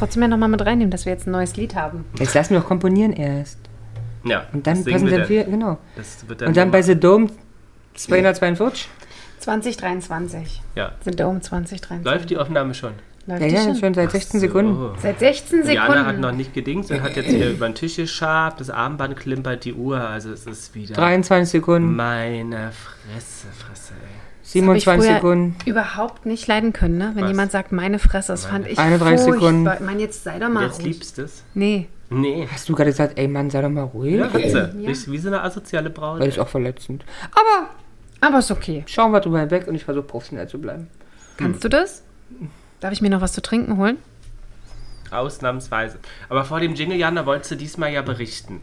Trotzdem ja nochmal mit reinnehmen, dass wir jetzt ein neues Lied haben. Jetzt lassen wir doch komponieren erst. Ja. Und dann das singen präsentieren wir, wir genau. dann. Das wird Und dann bei nochmal- The Dome 242. 2023. Ja. Sind da um 2023. Läuft die Aufnahme schon? Läuft Ja, die ja, schon? schon seit 16 Sekunden. So. Seit 16 Jana hat Sekunden. noch nicht gedingt und hat jetzt wieder über den Tisch gescharrt, das Armband klimpert, die Uhr, also es ist wieder... 23 Sekunden, Meine Fresse, Fresse, ey. Das hab ich 27 früher Sekunden. Überhaupt nicht leiden können, ne? Wenn Was? jemand sagt, meine Fresse, das fand ich 31 furchtbar. Sekunden. Ich meine, jetzt sei doch mal Jetzt ruhig. liebst du es? Nee. Nee. Hast du gerade gesagt, ey Mann, sei doch mal ruhig? Ja, Witze. Riecht Wie so eine asoziale Braut. Weil das ist auch verletzend. Aber Aber ist okay. schauen wir drüber hinweg und ich versuche professionell zu bleiben. Kannst du das? Darf ich mir noch was zu trinken holen? Ausnahmsweise. Aber vor dem Jingle, Jana, wolltest du diesmal ja berichten.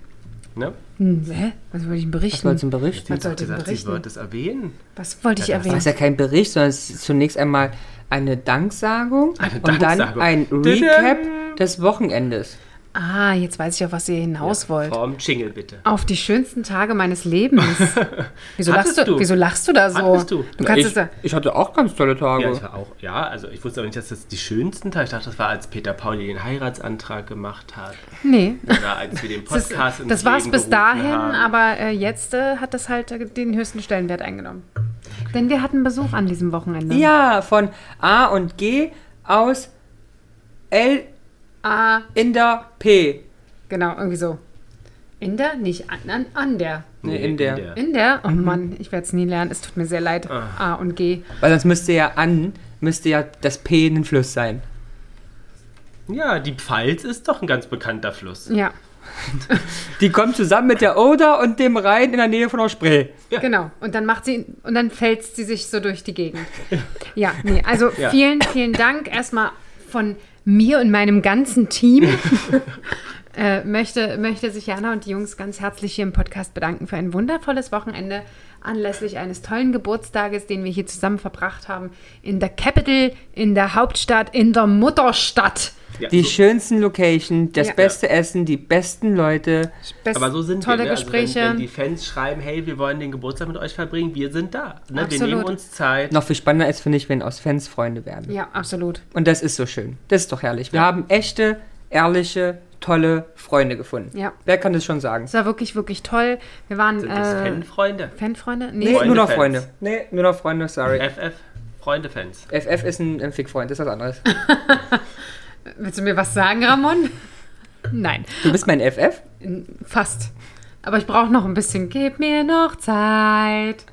Ne? Hm, hä? Was wollte ich denn Was berichten? war jetzt ein Bericht? Was Sie hat sollte ich gesagt, sie berichten? wird es erwähnen. Was wollte ich Das erwähnen? ist ja kein Bericht, sondern es ist zunächst einmal eine Danksagung Eine und dann Danksagung. ein Tadam. Recap des Wochenendes. Ah, jetzt weiß ich, auf was ihr hinaus wollt. Vorm Jingle, bitte. Auf die schönsten Tage meines Lebens. Wieso, lachst Hattest du, du? wieso lachst du da so? Hattest du? du kannst ich, es ja. ich hatte auch ganz tolle Ja, Tage. ich war auch, ja, also ich wusste aber nicht, dass das die schönsten Teil. Ich dachte, das war, als Peter Pauli den Heiratsantrag gemacht hat. Nee. Oder als wir den Das, Podcast ist- das war es ins bis Leben dahin, gerufen haben. aber äh, jetzt äh, hat das halt äh, den höchsten Stellenwert eingenommen. Denn wir hatten Besuch an diesem Wochenende. ja, von A und G aus L Ah, in der P. genau, irgendwie so. In der? Nicht an, an, an der. Nee, in der. In der? Oh Mann, ich werde es nie lernen. Es tut mir sehr leid. Ah. A und G. Weil sonst müsste ja an, müsste ja das P in den Fluss sein. Ja, die Pfalz ist doch ein ganz bekannter Fluss. Ja, Die kommt zusammen mit der Oder und dem Rhein in der Nähe von der Spree. Ja. genau. Und dann macht sie und dann fälzt sie sich so durch die Gegend. Ja, nee, also Ja. vielen, vielen Dank erstmal von mir und meinem ganzen Team. äh, möchte, möchte sich Jana und die Jungs ganz herzlich hier im Podcast bedanken für ein wundervolles Wochenende anlässlich eines tollen Geburtstages, den wir hier zusammen verbracht haben. In der Capital, in der Hauptstadt, in der Mutterstadt. Ja, Die so- schönsten Location, das Ja. beste Essen, die besten Leute. Best- aber so sind tolle wir, ne? Gespräche. Also wenn, wenn die Fans schreiben, hey, wir wollen den Geburtstag mit euch verbringen, wir sind da. Ne? Wir Absolut. nehmen uns Zeit. Noch viel spannender ist, finde ich, wenn aus Fans Freunde werden. ja, absolut. Und das ist so schön. Das ist doch herrlich. Wir haben echte, ehrliche, tolle Freunde gefunden. Ja. Wer kann das schon sagen? Es war wirklich, wirklich toll. Wir waren Sind das äh, Fanfreunde? Fanfreunde? Nee, Nee. Freunde, nur noch Fans. Freunde. Nee, nur noch Freunde, sorry. FF, Freunde, Fans. FF ist ein, ein Fickfreund, das ist was anderes. Willst du mir was sagen, Ramon? Nein, Du bist mein FF? fast. Aber ich brauche noch ein bisschen. Gib mir noch Zeit.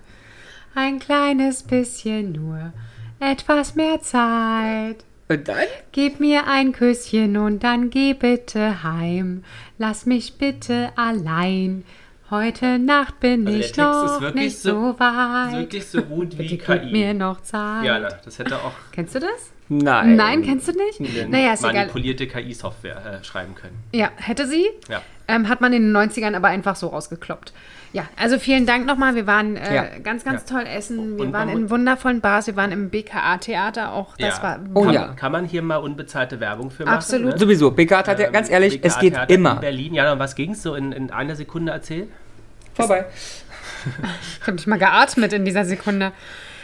Ein kleines bisschen nur. Etwas mehr Zeit. Und dann? Gib mir ein Küsschen und dann geh bitte heim. Lass mich bitte allein. Heute Nacht bin Also der ich Text ist noch wirklich nicht so- so weit. Wirklich so gut wie Gib mir KI. noch Zeit. Ja, na, das hätte auch Kennst du das? Nein. Nein, kennst du nicht? Naja, ist egal. manipulierte KI-Software äh, schreiben können. Ja, hätte sie. Ja. Ähm, hat man in den 90ern aber einfach so rausgekloppt. Ja, also vielen Dank nochmal. Wir waren äh, Ja. ganz, ganz toll essen. Wir Und waren man in muss- wundervollen Bars. Wir waren im BKA-Theater auch. Das war Oh kann, ja. Kann man hier mal unbezahlte Werbung für machen? Absolut. Ne? Sowieso, Begat hat ja, ganz ehrlich, BKA es geht Theater In immer. Berlin, ja, und was ging's so in, in einer Sekunde erzählen? Vorbei. Ich habe mich mal geatmet in dieser Sekunde.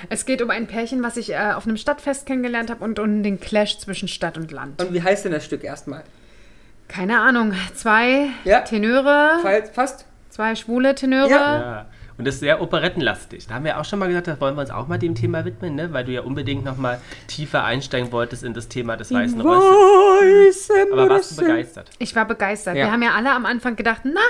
Es geht um ein Pärchen, was ich äh, auf einem Stadtfest kennengelernt habe und um den Clash zwischen Stadt und Land. Und wie heißt denn das Stück erstmal? Keine Ahnung. Zwei Ja. Tenöre, Fall- Fast? zwei schwule Tenöre. Ja. Ja. Und das ist sehr operettenlastig. Da haben wir auch schon mal gesagt, da wollen wir uns auch mal dem Thema widmen, ne? weil du ja unbedingt nochmal tiefer einsteigen wolltest in das Thema des weißen Rösses. Aber warst du Weiße begeistert? Ich war begeistert. Ja. Wir haben ja alle am Anfang gedacht, na,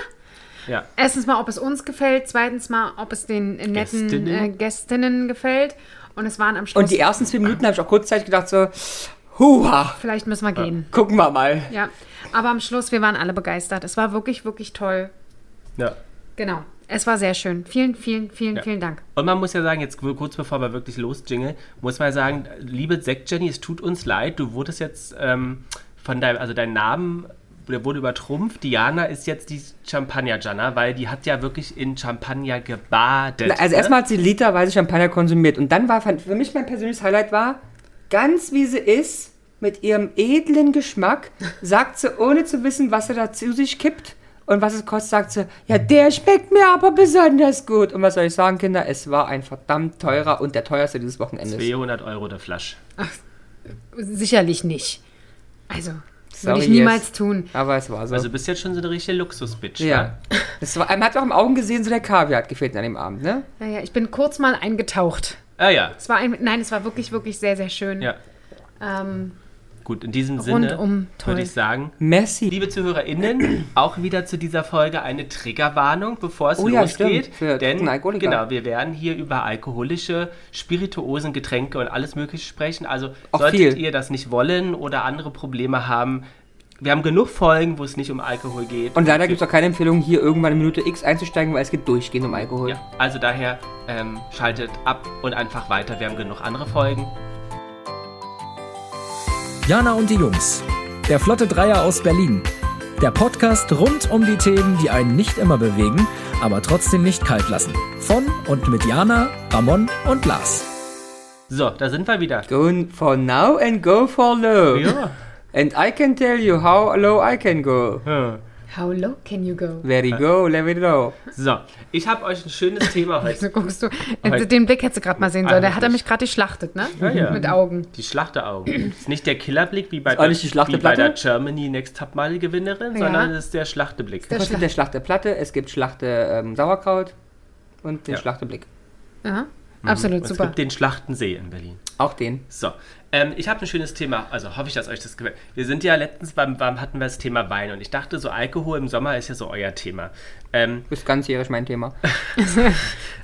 Ja. Erstens mal, ob es uns gefällt, zweitens mal, ob es den netten Gästinnen. Äh, Gästinnen gefällt. Und es waren am Schluss, Und die ersten zwei Minuten habe ich auch kurzzeitig gedacht so, huha, vielleicht müssen wir gehen. gucken wir mal. Ja. aber am Schluss, wir waren alle begeistert. Es war wirklich, wirklich toll. ja. Genau, es war sehr schön. Vielen, vielen, vielen, Ja. vielen Dank. Und man muss ja sagen, jetzt kurz bevor wir wirklich losjingeln, muss man sagen, liebe Zack Jenny, es tut uns leid, du wurdest jetzt ähm, von deinem, also dein Namen, der wurde übertrumpft. Diana ist jetzt die Champagner-Jana, weil die hat ja wirklich in Champagner gebadet. ne? Also erstmal hat sie literweise Champagner konsumiert und dann war fand- für mich mein persönliches Highlight war, ganz wie sie ist, mit ihrem edlen Geschmack, sagt sie, ohne zu wissen, was sie da zu sich kippt und was es kostet, sagt sie, ja, der schmeckt mir aber besonders gut. Und was soll ich sagen, Kinder, es war ein verdammt teurer und der teuerste dieses Wochenendes. 200 Euro der Flasche. Sicherlich nicht. Also, Das Sorry, würde ich niemals tun. Aber es war so. Also bist jetzt schon so eine richtige Luxus-Bitch. ne? wa? ja. Das war, man hat auch im Augen gesehen, so der Kaviar hat gefehlt an dem Abend, ne? Naja, ich bin kurz mal eingetaucht. Ah ja. Es war ein, nein, es war wirklich, wirklich sehr, sehr schön. Ja. Ähm, Gut, in diesem Sinne Rundum toll. würde ich sagen, Messi. Liebe ZuhörerInnen, auch wieder zu dieser Folge eine Triggerwarnung, bevor es Oh ja, losgeht. stimmt, für denn einen Alkoholiker. genau, wir werden hier über alkoholische Spirituosen, Getränke und alles Mögliche sprechen. Also Auch solltet viel. ihr das nicht wollen oder andere Probleme haben, wir haben genug Folgen, wo es nicht um Alkohol geht. Und leider gibt es auch keine Empfehlung, hier irgendwann in Minute X einzusteigen, weil es geht durchgehend um Alkohol. ja, also daher ähm, schaltet ab und einfach weiter. Wir haben genug andere Folgen. Jana und die Jungs. Der Flotte Dreier aus Berlin. Der Podcast rund um die Themen, die einen nicht immer bewegen, aber trotzdem nicht kalt lassen. Von und mit Jana, Ramon und Lars. So, da sind wir wieder. Go for now and go for low. Ja. And I can tell you how low I can go. Hm. how low can you go? Very go, let it go. So, ich habe euch ein schönes Thema heute. So guckst du. Aber- Den Blick hättest du gerade mal sehen sollen. Da hat er Eigentlich. mich gerade geschlachtet, ne? Ja, ja. Mit Augen. Die Schlachteraugen. Ist nicht der Killerblick wie bei, auch der, nicht die wie bei Schlachteplatte? der Germany Next Top Model Gewinnerin, Ja. sondern es ist der Schlachteblick. Der Es gibt der Schlachte Platte, es gibt Schlachte ähm, Sauerkraut und den Ja. Schlachteblick. Ja. Absolut Und Mhm. Es super. gibt den Schlachtensee in Berlin. Auch den. So, ähm, ich habe ein schönes Thema. Also hoffe ich, dass euch das gefällt. Wir sind ja letztens beim, beim hatten wir das Thema Wein und ich dachte, so Alkohol im Sommer ist ja so euer Thema. Ähm, Ist ganzjährig mein Thema.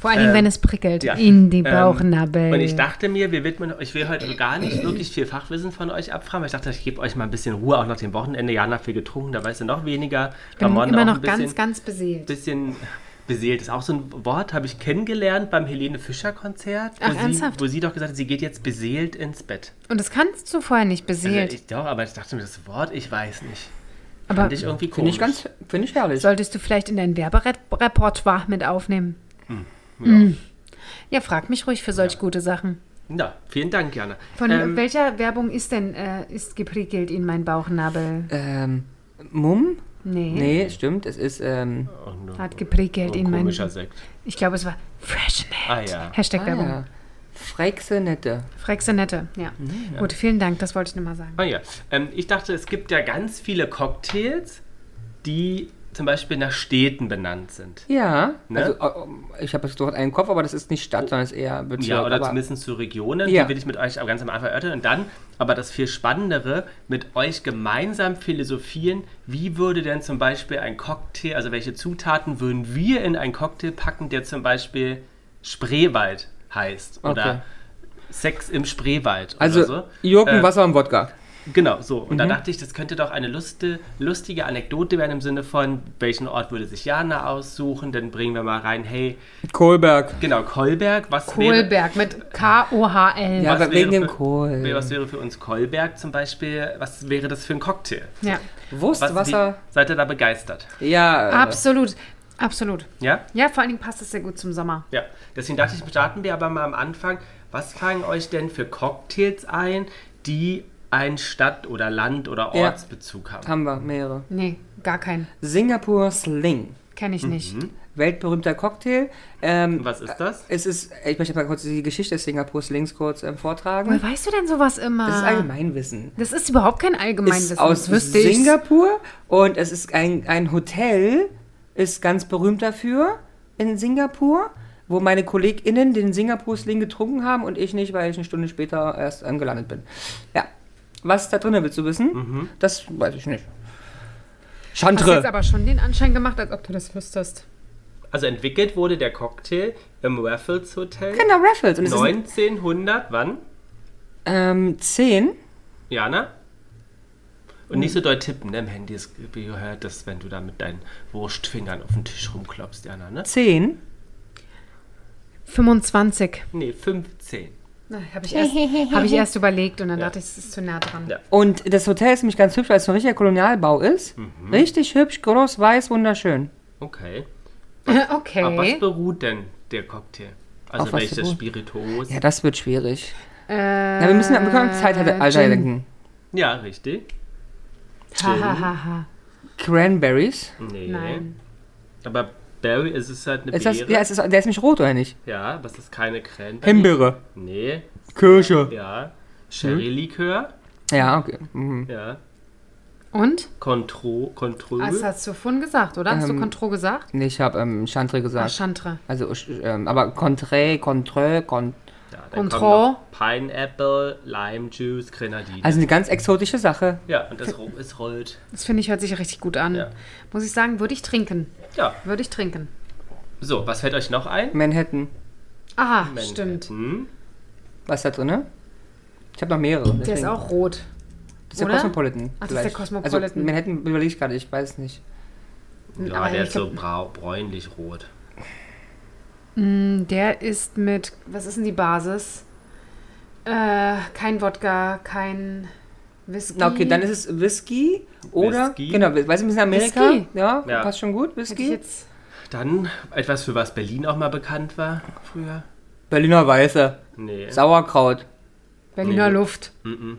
Vor allen Dingen, wenn es prickelt. äh, ja. In die Ähm, Bauchnabel. Und ich dachte mir, wir widmen, ich will heute gar nicht wirklich viel Fachwissen von euch abfragen, weil ich dachte, ich gebe euch mal ein bisschen Ruhe, auch nach dem Wochenende. Jana viel getrunken, da weißt du noch weniger. ich bin Ramon immer auch ein noch ganz, bisschen. ganz beseelt. bisschen beseelt ist. Auch so ein Wort habe ich kennengelernt beim Helene Fischer Konzert, Ach, wo, sie, ernsthaft? wo sie doch gesagt hat, sie geht jetzt beseelt ins Bett. Und das kannst du vorher nicht Also beseelt. ich doch, aber ich dachte mir, das Wort, ich weiß nicht. aber Fand ich irgendwie komisch. Finde ich ganz, finde ich herrlich. solltest du vielleicht in dein Werberepertoire mit aufnehmen? Hm. Hm. Ja. ja, frag mich ruhig für solch gute Sachen. Na, vielen Dank, Jana. Von Ähm, welcher Werbung ist denn äh, ist geprickelt in mein Bauchnabel? Äh, Ähm, Mumm? Nee. Nee, stimmt, es ist, ähm, oh, no, Hat geprickelt oh, in mein. komischer Sekt. Ich glaube, es war Freshnet. Ah, ja. Hashtag ah, Werbung. ja. Freixenette. Frexanette, ja. Mhm, Gut, vielen Dank, das wollte ich nur mal sagen. Ah ja. Ähm, ich dachte, es gibt ja ganz viele Cocktails, die zum Beispiel nach Städten benannt sind. Ja, Ne? also äh, ich habe jetzt dort einen Kopf, aber das ist nicht Stadt, sondern es ist eher Bezirk. Ja, oder aber zumindest zu Regionen, Ja. die will ich mit euch ganz am Anfang erörtern. Und dann, aber das viel Spannendere, mit euch gemeinsam philosophieren, wie würde denn zum Beispiel ein Cocktail, also welche Zutaten würden wir in einen Cocktail packen, der zum Beispiel Spreewald heißt oder Okay. Sex im Spreewald Also Mhm. oder so. Jurken, Äh, Wasser und Wodka. Genau, so. Und da dachte ich, das könnte doch eine luste, lustige Anekdote werden im Sinne von, welchen Ort würde sich Jana aussuchen, dann bringen wir mal rein, hey, Kohlberg. genau, Kolberg, was wäre... Kohlberg mit K-O-H-L. Ja, Ja. Was aber wegen wäre dem für- Kohl. Was wäre für uns Kolberg zum Beispiel, was wäre das für ein Cocktail? Wurst, Was, Wasser. Wie, seid ihr da begeistert? Ja, äh, Absolut, absolut. Ja? Ja, vor allen Dingen passt es sehr gut zum Sommer. Ja. Deswegen dachte ich, starten wir aber mal am Anfang. Was fangen euch denn für Cocktails ein, die einen Stadt- oder Land- oder Ja. Ortsbezug haben? haben wir mehrere. Nee, gar keinen. Singapur Sling. Kenne ich nicht. Mhm. Weltberühmter Cocktail. Ähm, Was ist das? es ist, ich möchte mal kurz die Geschichte des Singapur Slings kurz ähm, vortragen. Woher weißt du denn sowas immer? Das ist Allgemeinwissen. Das ist überhaupt kein Allgemeinwissen. ist aus das wüsste ich. Singapur und es ist ein, ein Hotel, ist ganz berühmt dafür in Singapur, wo meine KollegInnen den Singapur-Sling getrunken haben und ich nicht, weil ich eine Stunde später erst ähm, gelandet bin. Ja. Was da drin willst du wissen? Das weiß ich nicht. Hast jetzt Chantre. aber schon den Anschein gemacht, als ob du das wüsstest. Also entwickelt wurde der Cocktail im Raffles Hotel Genau, Raffles. Und es ist 1900, wann? ähm, 10. Jana? Und nicht so doll tippen, ne? im Handy ist gehört das, wenn du da mit deinen Wurstfingern auf den Tisch rumklopfst, Jana, ne? 10. 25. Nee, 15. Habe ich, erst- hab ich erst überlegt und dann dachte ich, es ist zu nah dran. Ja. Und das Hotel ist nämlich ganz hübsch, weil es so ein richtiger Kolonialbau ist. Richtig hübsch, groß, weiß, wunderschön. Okay. Aber was Okay. beruht denn der Cocktail? Also Auf was welche beruht? Spirituos? Ja. Ja, das wird schwierig. Äh, Ja, wir müssen, wir können Zeit halt Alter Gin. denken. richtig. ha, ha, ha, ha. Cranberries. Nee. Nein. Aber Berry, es ist halt eine Ist das, Beere. ja, es ist, der ist nicht rot, oder nicht? ja, aber es ist keine Cranberry. Himbeere. Nee, Kirsche. ja. Sherry-Likör. Ja, okay. Mhm. Ja. Und? Contro, Control. Ah, Das hast du vorhin gesagt, oder? Hast du Ähm, Contro gesagt? Nee, ich habe ähm, Chantre Ach, gesagt. Chantre. also, äh, ähm, aber Contré, Contré, Con ja, dann Contro. kommen noch Pineapple, Lime Juice, Grenadine. Also eine ganz exotische Sache. ja, und das ro es rollt. Das finde ich, hört sich richtig gut an. Ja. Muss ich sagen, würde ich trinken. Ja, Würde ich trinken. so, was fällt euch noch ein? Manhattan. Aha, Manhattan. stimmt. Hm. Was ist da drin? Ich habe noch mehrere. Der ist deswegen. auch rot. Das ist der oder? Cosmopolitan. Ach, das ist vielleicht. der Cosmopolitan. Also Manhattan überlege ich gerade, ich weiß es nicht. Ja, Aber der ich ist so brau bräunlich rot. Mm, Der ist mit, was ist denn die Basis? Äh, kein Wodka, kein Whisky. Na okay, dann ist es Whisky oder Whisky. genau, weiß ich ein bisschen Amerika. Whisky. Ja, Ja. passt schon gut, Hätte ich Whisky. jetzt Dann etwas, für was Berlin auch mal bekannt war früher. Berliner Weiße, Nee. Sauerkraut. Ah. Berliner Nee. Luft. Mhm.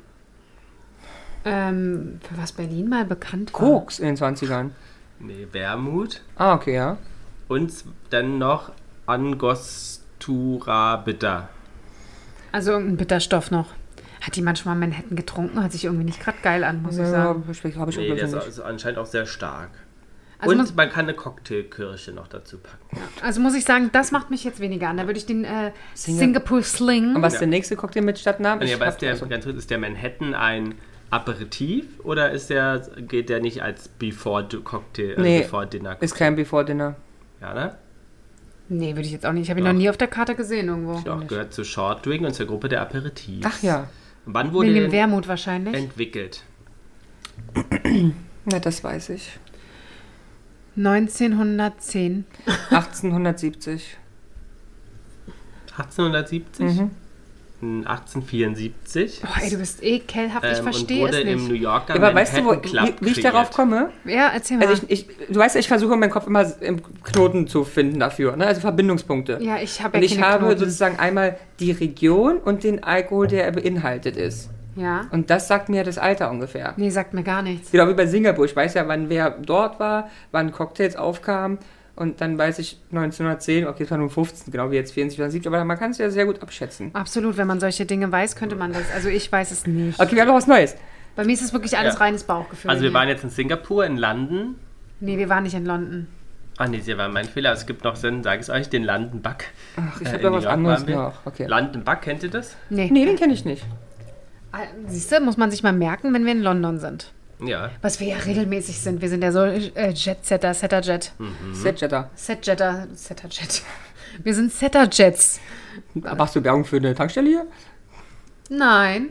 Ähm, für was Berlin mal bekannt war. Koks in den 20ern. Nee, Wermut. Ah, okay, ja. Und dann noch Angostura Bitter. Also irgendein Bitterstoff noch. Hat die manchmal Manhattan getrunken? Hört sich irgendwie nicht gerade geil an, muss ich sagen. habe ich, hab ich auch Nee, der bloß ist noch nicht. also anscheinend auch sehr stark. Also Und muss- man kann eine Cocktailkirsche noch dazu packen. Also muss ich sagen, das macht mich jetzt weniger an. Da würde ich den äh, Singa- Singapore Sling. Und was ist Ja. der nächste Cocktail mit Stadtnamen? Nee, Ich aber ist hab- der, also, ganz kurz, ist der Manhattan ein Aperitif oder ist der, geht der nicht als Before Cocktail, äh, Nee, Before Dinner ist kein Before Dinner. Ja, ne? Nee, würde ich jetzt auch nicht. Ich habe ihn Doch. noch nie auf der Karte gesehen irgendwo. Doch, gehört zu Short Drink und zur Gruppe der Aperitifs. Ach ja, Wann wurde Wegen dem der Wermut wahrscheinlich. entwickelt? na das weiß ich. 1910. 1870. 1870? Mhm. 1874? Boah, ey, du bist ekelhaft. Ich Ähm, verstehe und wurde es im nicht. New Yorker Aber weißt du, wo, Manhattan Club wie, wie ich kreiert. darauf komme? Ja, erzähl mal. Also ich, ich, du weißt ja, ich versuche meinen Kopf immer ähm, Knoten zu finden dafür, ne? also Verbindungspunkte. ja, ich habe Und ja ich keine habe Knoten. sozusagen einmal die Region und den Alkohol, der beinhaltet ist. ja. Und das sagt mir das Alter ungefähr. Nee, sagt mir gar nichts. Genau wie bei Singapur. Ich weiß ja, wann wer dort war, wann Cocktails aufkamen. Und dann weiß ich 1910, okay, es war nur 15, genau wie jetzt 24, 70, aber man kann es ja sehr gut abschätzen. Absolut, wenn man solche Dinge weiß, könnte man das. Also ich weiß es nicht. Okay, wir haben noch was Neues. Bei mir ist es wirklich alles Ja. reines Bauchgefühl. Also wir hier. waren jetzt in Singapur, in London. nee, wir waren nicht in London. Ah nee, das war mein Fehler. Es gibt noch so einen, sage ich euch, den London Bug. Ach, ich Äh, habe in noch New was York anderes waren wir. noch. Okay. London Bug, kennt ihr das? Nee. Nee, den kenne ich nicht. Ah, Siehst du, muss man sich mal merken, wenn wir in London sind. Ja. Was wir ja regelmäßig sind. Wir sind ja so äh, Jet-Setter, Setter-Jet. Hm. Mhm. Setjetter. Set-Jetter, Setter-Jet. Wir sind Setter-Jets. Äh. Machst du Werbung für eine Tankstelle hier? Nein,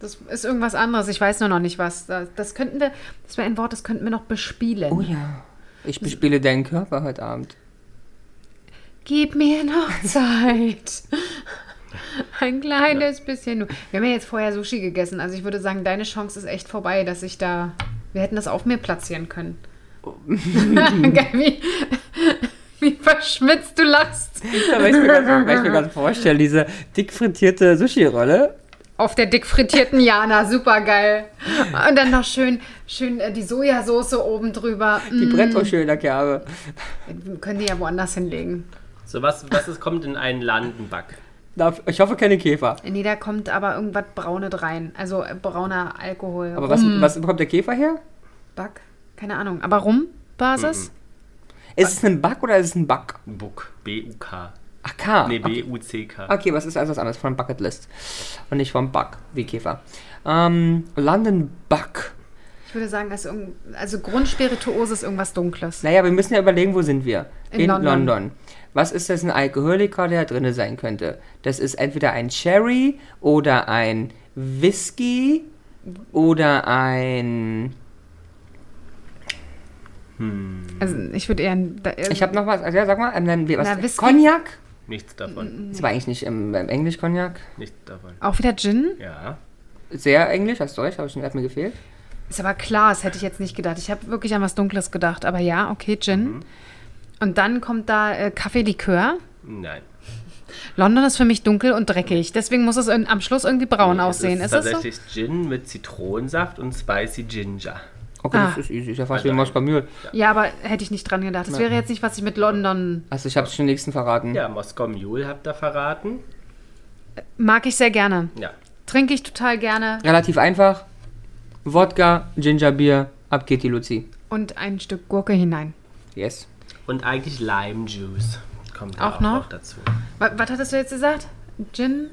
das ist irgendwas anderes. Ich weiß nur noch nicht was. Das, das könnten wir, das wäre ein Wort, das könnten wir noch bespielen. Oh ja. Ich bespiele deinen Körper heute Abend. Gib mir noch Zeit. Ein kleines bisschen nur. Wir haben ja jetzt vorher Sushi gegessen. Also ich würde sagen, deine Chance ist echt vorbei, dass ich da. Wir hätten das auf mir platzieren können. Oh. Geil, wie, wie verschmitzt du lachst. Ja, weil ich mir ganz, weil ich mir ganz vorstelle, diese dick frittierte Sushi-Rolle. Auf der dick frittierten Jana, super geil. Und dann noch schön, schön äh, die Sojasauce oben drüber. Die Mm, brennt auch schön in der Kerbe. Können die ja woanders hinlegen. So, was, was ist, kommt in einen London Bug? Darf- Ich hoffe, keine Käfer. Nee, da kommt aber irgendwas Braunet rein. Also äh, brauner Alkohol. Aber was, was bekommt der Käfer her? Bug? Keine Ahnung. Aber Rum-Basis? Ist es ein Bug oder ist es ein Bug? Bug. B-U-K. Ach, K. Nee, Ah, okay. B-U-C-K. okay, was ist also was anderes von Bucketlist? Und nicht vom Bug, wie Käfer. Ähm, London Bug. Ich würde sagen, also, irgend- also Grundspirituose ist irgendwas Dunkles. Naja, wir müssen ja überlegen, wo sind wir? In London. Was ist das ein Alkoholiker, der drinne sein könnte? Das ist entweder ein Sherry oder ein Whisky oder ein... Also ich würde eher... ein- Da, äh, Ich habe noch was. Also, ja, sag mal. ähm, dann, wie- was, Na, Whisky. Cognac? Nichts davon. Das war eigentlich nicht im, im Englisch Cognac. Nichts davon. auch wieder Gin? Ja. Sehr englisch, hast du recht, habe ich schon hat mir gefehlt. Ist aber klar, das hätte ich jetzt nicht gedacht. Ich habe wirklich an was Dunkles gedacht. Aber ja, okay, Gin. Und dann kommt da äh, Kaffee-Likör. Nein. London ist für mich dunkel und dreckig. Deswegen muss es in, am Schluss irgendwie braun Nee, aussehen. Ist Es ist das so? tatsächlich Gin mit Zitronensaft und Spicy Ginger. Okay, Ah. das ist easy, ist ja fast Also wie Mosch bei mir. Ja, aber hätte ich nicht dran gedacht. Das wäre jetzt nicht, was ich mit London... Also ich habe es schon den nächsten verraten. Ja, Moskau Mule habt ihr verraten. Mag ich sehr gerne. Ja. Trinke ich total gerne. Relativ einfach. Wodka, Gingerbier, Ab geht die Luzi. Und ein Stück Gurke hinein. Yes. Und eigentlich Lime Juice kommt da Auch auch, noch? noch? dazu. Wa- Was hattest du jetzt gesagt? Gin?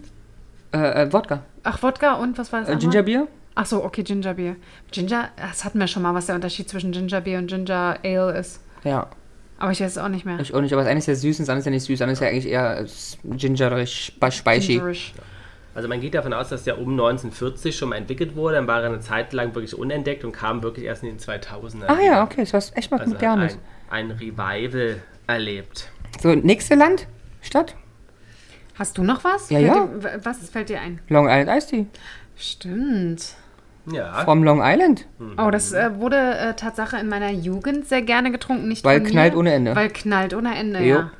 Äh, äh, Wodka. Ach, Wodka und was war das? Äh, andere? Ginger Beer? Ach so, okay, Gingerbier. Ginger, das hatten wir schon mal, was der Unterschied zwischen Gingerbier und Ginger Ale ist. Ja. Aber ich weiß es auch nicht mehr. Ich auch nicht, aber das eine ist ja süß und das andere ist ja nicht süß. Das andere ist ja eigentlich eher äh, gingerisch, spa- spicy. Gingerisch. Also man geht davon aus, dass der um 1940 schon mal entwickelt wurde, dann war er eine Zeit lang wirklich unentdeckt und kam wirklich erst in den 2000ern. Ah ja, okay, das war echt mal Also hat modernes. ein, ein Revival erlebt. So, nächste Land? Stadt? Hast du noch was? Ja, fällt ja. Dir, w- was fällt dir ein? Long Island Ice Tea. Stimmt. Ja, From Long Island. Oh, das äh, wurde äh, Tatsache in meiner Jugend sehr gerne getrunken. Nicht Weil von knallt mir, ohne Ende. Weil knallt ohne Ende, Jo. ja.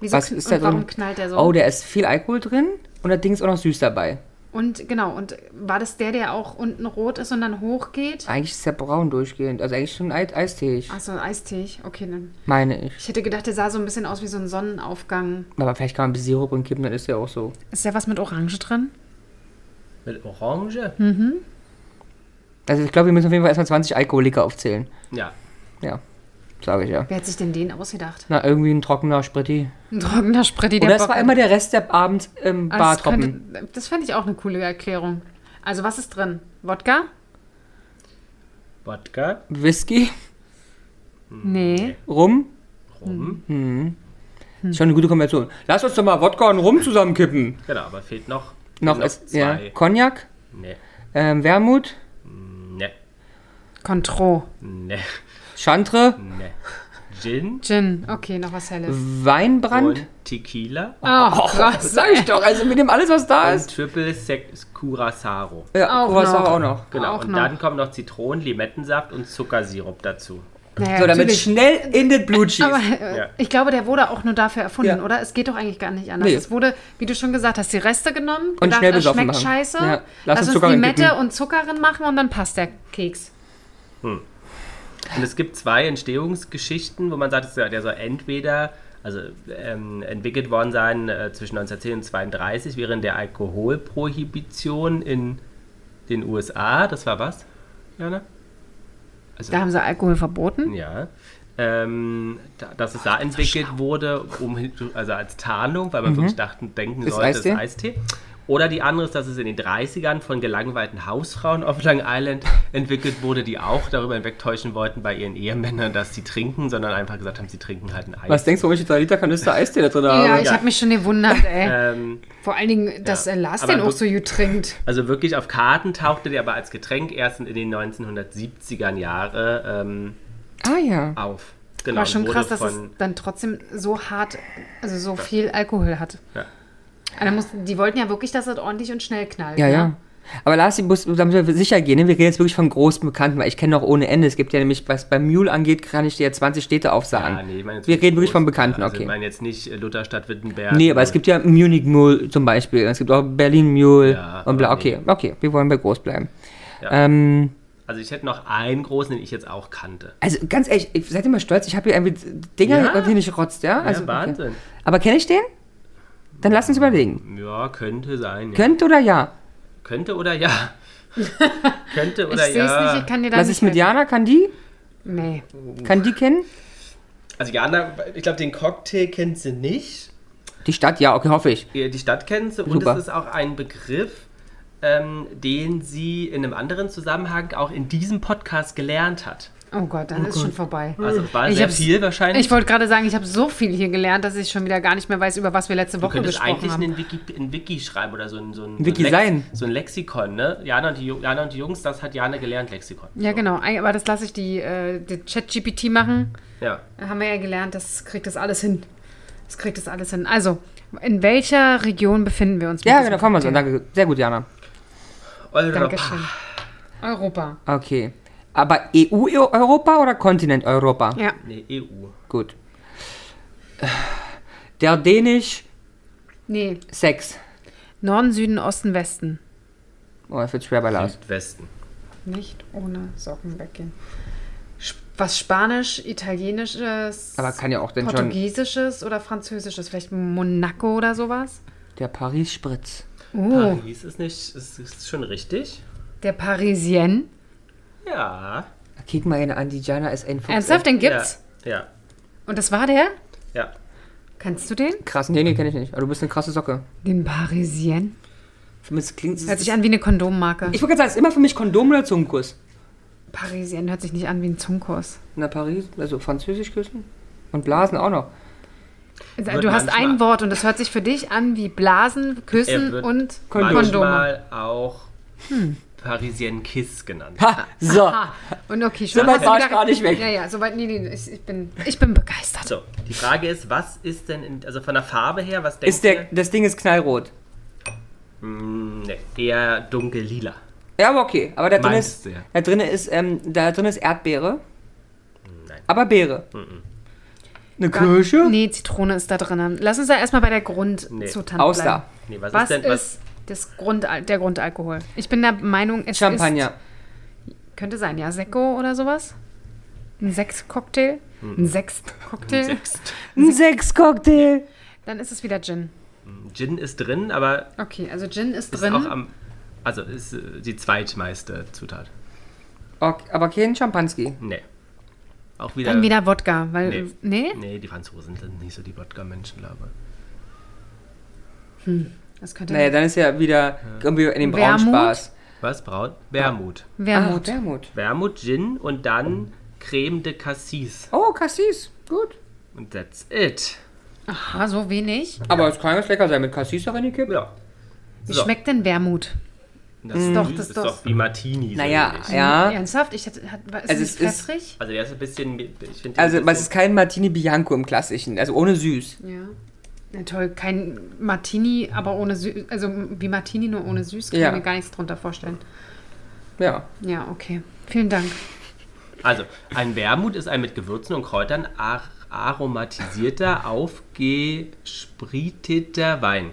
Wieso Was kn- ist und da drin? warum knallt der so? Oh, der ist viel Alkohol drin und das Ding ist auch noch süß dabei. und genau, und war das der, der auch unten rot ist und dann hochgeht? Eigentlich ist der braun durchgehend. Also eigentlich schon ei- eistee, Achso, Eistee. Okay, dann. meine ich. Ich hätte gedacht, der sah so ein bisschen aus wie so ein Sonnenaufgang. Aber vielleicht kann man ein bisschen Sirup und kippen, dann ist der auch so. Ist der was mit Orange drin? mit Orange. Hm. Also ich glaube, wir müssen auf jeden Fall erstmal 20 Alkoholiker aufzählen. Ja, Ja, sage ich ja. Wer hat sich denn den ausgedacht? Na, irgendwie ein trockener Spritti. Ein trockener Spritti, der Oder es Bock war hat. immer der Rest der Abend im Ah, das, Bartropfen. könnte- das fände ich auch eine coole Erklärung. Also, was ist drin? Wodka? Wodka, Whisky, Mm, Nee. Rum. Hm. Rum. Hm. Ist schon eine gute Kombination. Lass uns doch mal Wodka und Rum zusammenkippen. Genau, aber fehlt noch, Noch, noch ist, zwei. Ne. ja, Cognac, Nee, ähm, Wermut, nee, Contro. nee, Chantre, nee. Ne. Gin Gin. Okay, noch was Mm. Helles. Weinbrand. und Tequila Oh, Was sag ich doch? Also mit dem alles, was da und ist. Triple Sec Curacao. Ja, Auch Curacao noch. auch noch. Genau, Auch und noch. dann kommen noch Zitronen, Limettensaft und Zuckersirup dazu. naja, So, damit natürlich. schnell in den Blue Cheese. Aber äh, Ja. ich glaube, der wurde auch nur dafür erfunden, Ja. oder? Es geht doch eigentlich gar nicht anders. Nee. Es wurde, wie du schon gesagt hast, die Reste genommen. Und schnell besoffen schmeckt machen. scheiße. Ja. Lass Lass, uns uns Zucker Limette reinkippen. und Zucker drin machen und dann passt der Keks. Und es gibt zwei Entstehungsgeschichten, wo man sagt, es- der soll entweder also, ähm, entwickelt worden sein äh, zwischen 1910 und 32 während der Alkoholprohibition in den USA. Das war was, Jana? Da haben sie Alkohol verboten. Ja. Ähm, da, dass es da entwickelt wurde, um, also als Tarnung, weil man wirklich dachten, denken Mhm. Ist sollte, es Eistee? ist Eistee. Oder die andere ist, dass es in den 30ern von gelangweilten Hausfrauen auf Long Island entwickelt wurde, die auch darüber hinwegtäuschen wollten bei ihren Ehemännern, dass sie trinken, sondern einfach gesagt haben, sie trinken halt ein Eis. Was denkst du, warum ich 3 Liter Kanister Eistee da drin Ja, habe? ich ja. habe mich schon gewundert, ey. ähm, Vor allen Dingen, dass Ja. äh, Lars Aber den auch du- so gut trinkt. Also wirklich auf Karten tauchte der aber als Getränk erst in den 1970ern Jahre ähm, Ah ja. auf. Genau, War schon wurde krass, dass es von, dann trotzdem so hart, also so viel Alkohol hat. Ja. Also muss, die wollten ja wirklich, dass das ordentlich und schnell knallt. Ja, ne? ja. Aber Lars, ich muss, da müssen wir sicher gehen. Ne? Wir reden jetzt wirklich von großen Bekannten, weil ich kenne noch ohne Ende. Es gibt ja nämlich, was beim Mule angeht, kann ich dir ja 20 Städte aufsagen. Ah, nee, ich meine jetzt wir reden wirklich von groß. Bekannten, also okay. Ich meine jetzt nicht äh, Lutherstadt Wittenberg. Nee, aber es und- gibt ja Munich Mule zum Beispiel. Es gibt auch Berlin Mule Ja, und bla. aber Okay, nee. okay, wir wollen bei groß bleiben. Ja. Ähm, Also ich hätte noch einen großen, den ich jetzt auch kannte. also ganz ehrlich, ich- seid ihr mal stolz, ich habe hier irgendwie Dinger, Ja. auf die nicht rotzt, ja? Also, ja, Wahnsinn. Okay. Aber kenne ich den? Dann lass uns überlegen. Ja, könnte sein. Ja. Könnte oder ja? Könnte oder ja. könnte Ich oder sehe es ja. nicht, ich kann dir da Lass nicht es mit helfen. Jana, kann die? Nee. Kann die kennen? also Jana, ich glaube, den Cocktail kennt sie nicht. Die Stadt, ja, okay, hoffe ich. die Stadt kennst du. Und Super. es ist auch ein Begriff, ähm, den sie in einem anderen Zusammenhang auch in diesem Podcast gelernt hat. Oh Gott, dann ist schon vorbei. Also es war Ich sehr hab's- viel wahrscheinlich. Ich wollte gerade sagen, ich habe so viel hier gelernt, dass ich schon wieder gar nicht mehr weiß, über was wir letzte Du Woche könntest gesprochen eigentlich haben. einen Wiki, einen Wiki schreiben oder so ein, so ein, Wiki so ein sein. So ein Lexikon, ne? Jana und, die, Ju- Jana und die Jungs, das hat Jana gelernt, Lexikon. Ja, so. genau. Ei, Aber das lasse ich die, äh, die Chat-GPT machen. Ja. Da haben wir ja gelernt, das kriegt das alles hin. Das kriegt das alles hin. Also, in welcher Region befinden wir uns? mit Ja, diesem genau, fahren wir so. Cocktail? Danke. Sehr gut, Jana. Europa. Dankeschön. Europa. Okay. Aber E EU-Europa oder Kontinent Europa? Ja. Nee, E EU. Gut. Der Dänisch Nee. Sex. Norden, Süden, Osten, Westen. Oh, das wird schwer bei Lars. Südwesten. Nicht ohne Socken weggehen. Sp- Was Spanisch, Italienisches, Aber kann ja auch denn schon Portugiesisches oder Französisches, vielleicht Monaco oder sowas? der Paris-Spritz. Ah, Oh, Paris ist nicht, ist, ist schon richtig. der Parisienne. Ja. Kick mal eine an, die Jana ist ein Fuchs. Ernsthaft, den gibt's? Ja, Und das war der? ja. Kannst du den? Krass, nee, nee, kenne ich nicht. Aber du bist eine krasse Socke. Den Parisien? Für mich klingt es. Hört sich an wie eine Kondommarke. Ich würde sagen, es ist immer für mich Kondom oder Zungenkuss. Parisien hört sich nicht an wie ein Zungenkurs. Na, Paris, also Französisch küssen. Und Blasen auch noch. Also, Wird du hast manchmal- ein Wort und das hört sich für dich an wie Blasen, Er Küssen wird und Kondome. Kondome. Hm. Manchmal auch Parisienne Kiss genannt. Ha, so. Ah, und okay, So schon weit hast du war ich wieder- gar nicht weg. Ja, ja, soweit, nee, nee, ich, ich, bin, ich bin begeistert. So, die Frage ist, was ist denn, in, also von der Farbe her, was denkst Ist der, das Ding ist knallrot. du? Mm, nee, eher dunkel-lila. Ja, aber okay. Aber da drin ist, Meinst du, ja. da drin ist, ähm, da drin ist Erdbeere. Nein. Aber Beere. Eine Kirsche? Nee, Zitrone ist da drin. Lass uns da erstmal bei der Nee. Grundzutat Aus bleiben. da. Nee, was, Was ist denn, was, ist das Grund, der Grundalkohol? Ich bin der Meinung, es Champagner. ist... Könnte sein, ja. Sekko oder sowas? Ein Sechs-Cocktail? Ein Sechs-Cocktail? Mhm. Sechst. Ein Sechscocktail. Dann ist es wieder Gin. Gin ist drin, aber Okay, also Gin ist ist drin. auch am, also ist äh, die zweitmeiste Zutat. Okay, aber kein Champanski. Nee. Auch wieder, Dann wieder Wodka, weil... Nee. nee? Nee, die Franzosen sind nicht so die Wodka-Menschen, glaube ich. Das könnte Naja, dann ist ja wieder irgendwie in den braunen Wermut? Spaß. Was? Braut? Wermut. Wermut. Ah, Wermut. Wermut, Gin und Mhm. dann Creme de Cassis. Oh, Cassis. Gut. Und that's it. Aha, Ah, so wenig. Aber es kann ganz lecker sein mit Cassis auch in die Kippe. Ja. Wie So. schmeckt denn Wermut? Das ist, Doch, doch, das das ist ist doch- doch wie Martini. so Naja, ähnlich. ja. Ernsthaft? Ich hatte, hat, war- ist Also es nicht es ist- pfeffrig? Also der ist ein bisschen, ich finde Also, was es ist kein Martini Bianco im klassischen. Also ohne süß. Ja. Na toll, kein Martini, aber ohne süß. Also wie Martini, nur ohne süß. Kann Ja. ich mir gar nichts drunter vorstellen. Ja. Ja, okay. Vielen Dank. Also, ein Wermut ist ein mit Gewürzen und Kräutern ar aromatisierter, aufgespriteter Wein.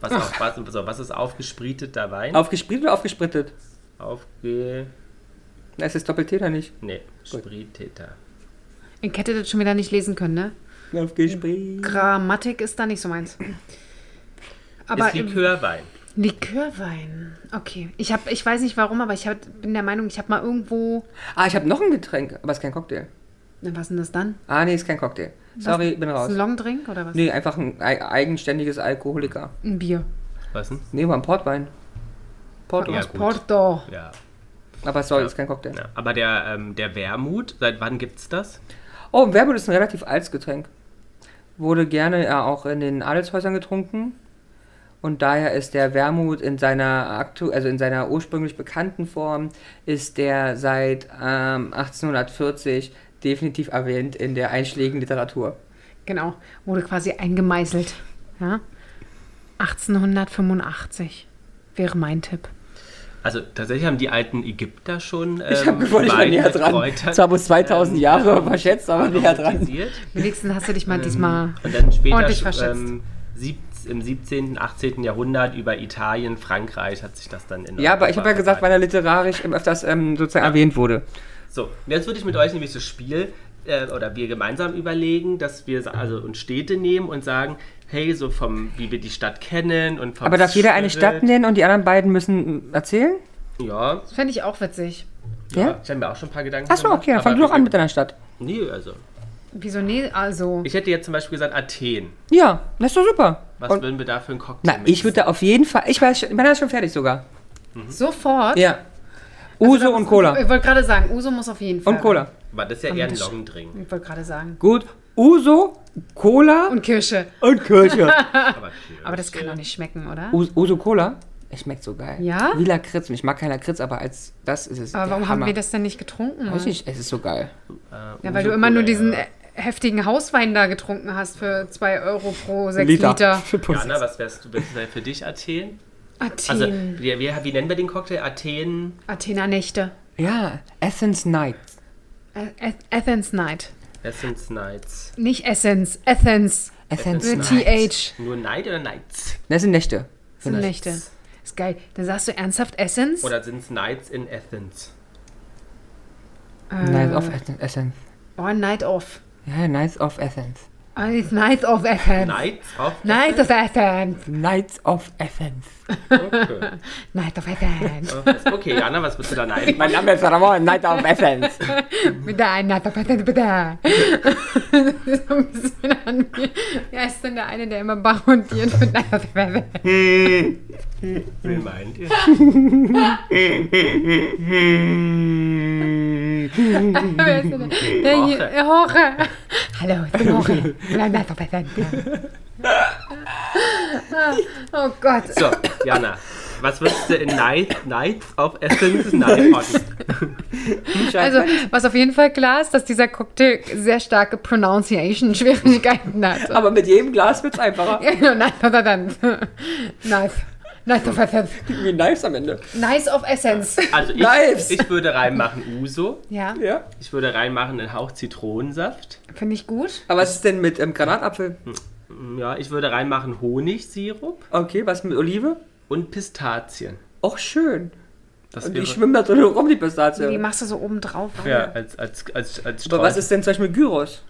Was, auf, was, so, was ist aufgespriteter Wein? Aufgespritzt oder aufgesprittet? Aufge... Das ist Doppel-T da nicht. Nee, spriteter. Ich hätte das schon wieder nicht lesen können, ne? Aufgespritzt. Grammatik ist da nicht so meins. Aber ist Likörwein. Likörwein. Okay. Ich, hab, ich weiß nicht warum, aber ich hab, bin der Meinung, ich habe mal irgendwo. Ah, ich habe noch ein Getränk, aber es ist kein Cocktail. Na, was ist denn das dann? Ah, nee, ist kein Cocktail. Sorry, bin Ist raus. ein Longdrink oder was? Nee, einfach ein ei- eigenständiges Alkoholiker. Ein Bier. Was denn? Nee, war ein Portwein. Porto. Ja, Aus gut. Porto. Ja. Aber sorry, ist kein Cocktail. ja. Aber der, ähm, der Wermut, seit wann gibt's das? Oh, Wermut ist ein relativ altes Getränk. Wurde gerne ja, auch in den Adelshäusern getrunken. Und daher ist der Wermut in seiner aktu also in seiner ursprünglich bekannten Form, ist der seit ähm, 1840 definitiv erwähnt in der einschlägigen Literatur. Genau, wurde quasi eingemeißelt. Ja? 1885 wäre mein Tipp. Also tatsächlich haben die alten Ägypter schon ähm, ich habe gewonnen, ich war Wein näher mit dran. Kräutern Zwar bloß Ähm. 2000 Jahre verschätzt, aber näher dran. aromatisiert. Wenigstens hast du dich Ähm. mal diesmal. Und dann später Ordentlich verschätzt. ähm, sieb- im 17., 18. Jahrhundert über Italien, Frankreich hat sich das dann in Ja, aber ich habe ja Europa gesagt, weil verbreitet. er literarisch öfters ähm, sozusagen erwähnt wurde. So, jetzt würde ich mit euch nämlich das Spiel äh, oder wir gemeinsam überlegen, dass wir sa- also uns Städte nehmen und sagen, hey, so vom, wie wir die Stadt kennen und vom Aber darf jeder eine Spirit- Stadt nennen und die anderen beiden müssen äh, erzählen? Ja, Das fände ich auch witzig. ja. Ja? ich habe mir auch schon ein paar Gedanken Achso, okay, dann aber fang du doch wir- an mit deiner Stadt. Nee, also. Wieso? Nee, also. Ich hätte jetzt zum Beispiel gesagt Athen. Ja, das ist doch super. Was Und, würden wir da für einen Cocktail na, ich würde da auf jeden Fall. Ich weiß, schon- meiner ist schon fertig sogar. Sofort. Ja. Also Uso und Cola. Ich wollte gerade sagen, Uso muss auf jeden Fall. Und Cola. Aber das ist ja eher ein das- Longdrink. Ich wollte gerade sagen. Gut. Uso, Cola Und Kirsche. und Kirsche. Aber, okay. Aber das kann doch nicht schmecken, oder? Us- Uso Cola. Es schmeckt so geil. Ja? Lila Kritz. Ich mag keiner Kritz, aber als das ist es. Aber der warum haben Hammer. wir das denn nicht getrunken? Weiß nicht, es ist so geil. Ja, weil du immer nur diesen äh, heftigen Hauswein da getrunken hast für 2 Euro pro 6 Liter. Jana, was wärst du wärst du für dich Athen? Also, Athen. wie, wie, wie nennen wir den Cocktail? Athen. Athener Nächte. Ja, Essence Night. Ä- Ä- Athens Night. Essence Nights. Nicht Essence, Athens. Essence Mit Night. TH. Nur Night oder Nights? Das sind Nächte. Das sind Nächte. Ist geil. Dann sagst du ernsthaft Essence? Oder sind es Nights in Athens? äh, Ah. Nights of Essence. Ähm, Oh, Night Off. Ja, Nights of Essence. It's nice of Athens. Nights of Night of Athens. Nights of Athens. Okay. Night of Athens. okay, Jana, was willst du da nein? Mein Name ist Ramon, Night of Athens. bitte ein Night of Athens, bitte. das ist so ein bisschen an mir. Ja, ist denn der eine, der immer Bach und dir mit Night of Athens. Wen meint ihr? Wer ist denn der? Der hier, Jorge. der Jorge. Hallo, ich bin Jorge. Nein, Night of Athens. Oh Gott. So, Jana, was würdest du in Night, Nights of Athens Night Also, was auf jeden Fall klar ist, dass dieser Cocktail sehr starke Pronunciation-Schwierigkeiten hat. Aber mit jedem Glas wird's einfacher. Ja, genau, nice of Essence. Nice. Nice of Essence. Wie Knives am Ende. Nice of Essence. Also Nice. ich, ich würde reinmachen Uso, Ja, Ja. ich würde reinmachen einen Hauch Zitronensaft, finde ich gut. Aber was ist denn mit ähm, Granatapfel? ja, ich würde reinmachen Honigsirup Okay, was mit Olive? und Pistazien. Auch schön. Das Und wäre, die schwimmen da drin rum, die Pistazie. Die machst du so oben drauf. ja, als, als, als, als Aber was Streusel. ist denn zum Beispiel Gyros?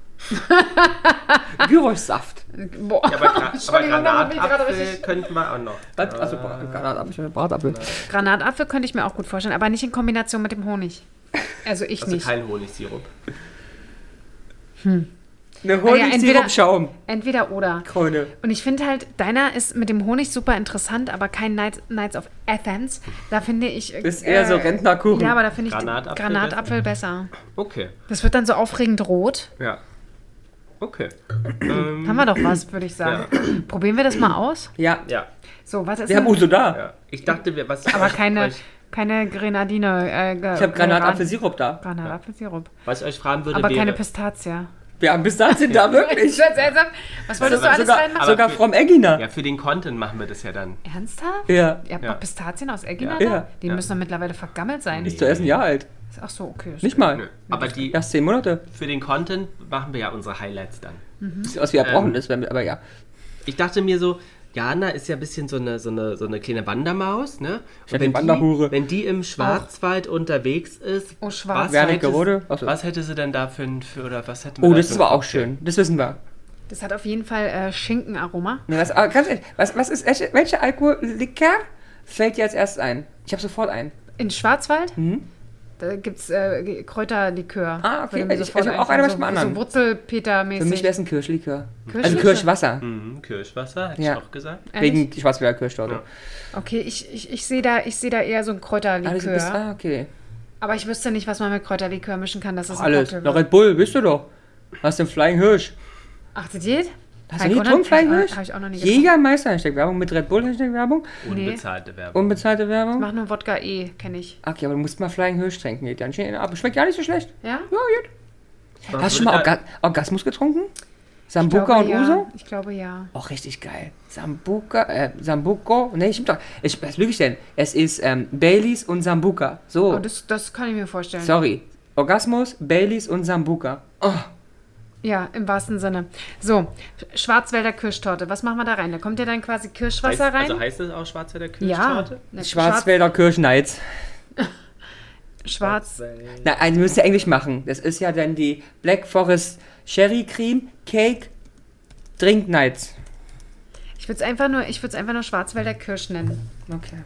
Gyros-Saft. Boah. Ja, aber, Gra aber Entschuldigung, da bin ich gerade Granatapfel richtig- könnten wir auch noch. Was? Also Bra- Granatapfel, Bratapfel. Granatapfel könnte ich mir auch gut vorstellen, aber nicht in Kombination mit dem Honig. Also ich Also nicht. kein Honigsirup. Eine entweder- Honig-Sirup-Schaum. Entweder oder. Krone. Und ich finde halt, deiner ist mit dem Honig super interessant, aber kein Nights, Nights of Athens. Da finde ich. äh, Ist eher so Rentnerkuchen. Ja, aber da finde ich Granatapfel Granatapfel, Granatapfel besser. Okay, Das wird dann so aufregend rot. ja. Okay. Haben wir doch was, würde ich sagen. Probieren wir das mal aus. Ja. Ja, So, was ist Wir haben denn- Uso da. ja. Ich dachte, wir was. Aber keine, Euch, keine Grenadine. Äh, ge- Ich habe Gran- Granatapfelsirup da. Granatapfelsirup. was ich euch fragen würde, Aber wäre, keine Pistazie. Wir haben Pistazien da, wirklich. ganz ernsthaft. Was wolltest du alles Sogar, reinmachen? sogar From Eggina. Ja, für den Content machen wir das ja dann. Ernsthaft? Ja. Ihr habt Ja. noch Pistazien aus Egina Ja. da? Ja. Die Ja. müssen doch mittlerweile vergammelt sein. Ist zu essen, ja alt. Ach so, okay. ist Nicht gut. mal. Nö. Aber die, Erst zehn Monate. für den Content machen wir ja unsere Highlights dann. Sieht aus wie erbrochen ist, wenn wir- aber ja. Ich dachte mir so, Jana ist ja ein bisschen so eine, so eine, so eine kleine Wandermaus, ne? Und hatte wenn Wanderhure. Die, wenn die im Schwarzwald unterwegs ist, Oh, Schwarz. was, hätte, Wernigerode? Ach so. was hätte sie denn da für, ein- für oder was hätten wir Oh, da das für ist ein aber auch Cocktail? schön. Das wissen wir. Das hat auf jeden Fall äh, Schinkenaroma. Na, das, aber ganz ehrlich, was, was ist, echt- welcher Alkoholiker fällt dir als erstes ein? Ich habe sofort einen. In Schwarzwald da gibt es äh, Kräuterlikör. Mhm. Ah, okay. Würde mir Ich- ich sofort hab auch einfallen, einen so, mit dem anderen. So Für mich wäre Wurzelpeter-mäßig. es ein Kirschlikör. Also Kirschlikör? Kirschwasser. Mhm, Kirschwasser, hätte Ja. ich auch gesagt. Wegen die Schwarzwälder Kirschtorte. Ja. Okay, ich, ich, ich sehe da, ich seh da eher so ein Ah, das Kräuterlikör. ist, ah, okay. Aber ich wüsste nicht, was man mit Kräuterlikör mischen kann. Das ist ein Alles. Cocktail. Na, Red Bull, bist du doch. Hast den Flying Hirsch. Achtet ihr? Hast du nie getrunken, Flying Hirsch? Habe Äh, ich auch noch nie getrunken. Jägermeister, Hashtag Werbung mit Red Bull, Hashtag Werbung. Unbezahlte Um Werbung. Unbezahlte Werbung. Mach nur Wodka E, kenne ich. Okay, aber du musst mal Flying Hirsch trinken. Geht ganz schön ab. Schmeckt ja nicht so schlecht. Ja? Ja, gut. Was Hast du schon würde mal da- Orga Orgasmus getrunken? Ich Sambuca glaube, und ja. Uso? Ich glaube ja. Auch richtig geil. Sambuca, äh, Sambuco. Ne, ich doch. Ich, was lüge ich denn? Es ist ähm, Baileys und Sambuca. So. Oh, das, das kann ich mir vorstellen. Sorry. Orgasmus, Baileys und Sambuca. Oh, Ja, im wahrsten Sinne. So, Schwarzwälder Kirschtorte. Was machen wir da rein? Da kommt ja dann quasi heißt, Kirschwasser rein. also heißt das auch Schwarzwälder ja, Kirschtorte? ne, Schwarzwälder Kirschneiz. Schwarz, Schwarz. Na, also müsst ihr Englisch machen. Das ist ja dann die Black Forest Sherry Cream Cake Drink Nights. Ich würde es einfach, nur- ich würd's einfach nur Schwarzwälder Kirsch nennen. Okay.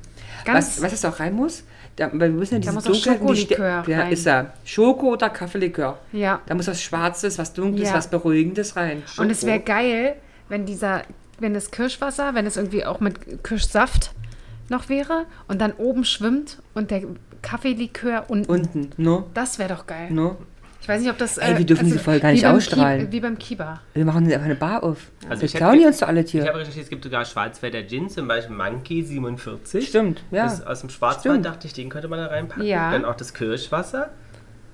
Ganz- was, was ist auch rein muss? Da, weil wir müssen ja diese muss auch Dunkelheiten, die ste- Schokolikör Ja, rein. ist da. Schoko oder Kaffeelikör. Ja. Da muss was Schwarzes, was Dunkles, Ja. was Beruhigendes rein. Und es wäre geil, wenn dieser, wenn das Kirschwasser, wenn es irgendwie auch mit Kirschsaft noch wäre und dann oben schwimmt und der Kaffeelikör unten. Unten, no, Das wäre doch geil. no. Ich weiß nicht, ob das. äh, also Ey, wir dürfen diese Folge gar wie nicht beim ausstrahlen. Ki- wie beim Kiba. Wir machen jetzt einfach eine Bar auf. Also wir ich hätte- klauen die uns doch alle Ich hier. habe recherchiert, es gibt sogar Schwarzwälder Gin, zum Beispiel Monkey 47. Stimmt, ja. Ist aus dem Schwarzwald Stimmt. dachte ich, den könnte man da reinpacken. Ja. Dann auch das Kirschwasser,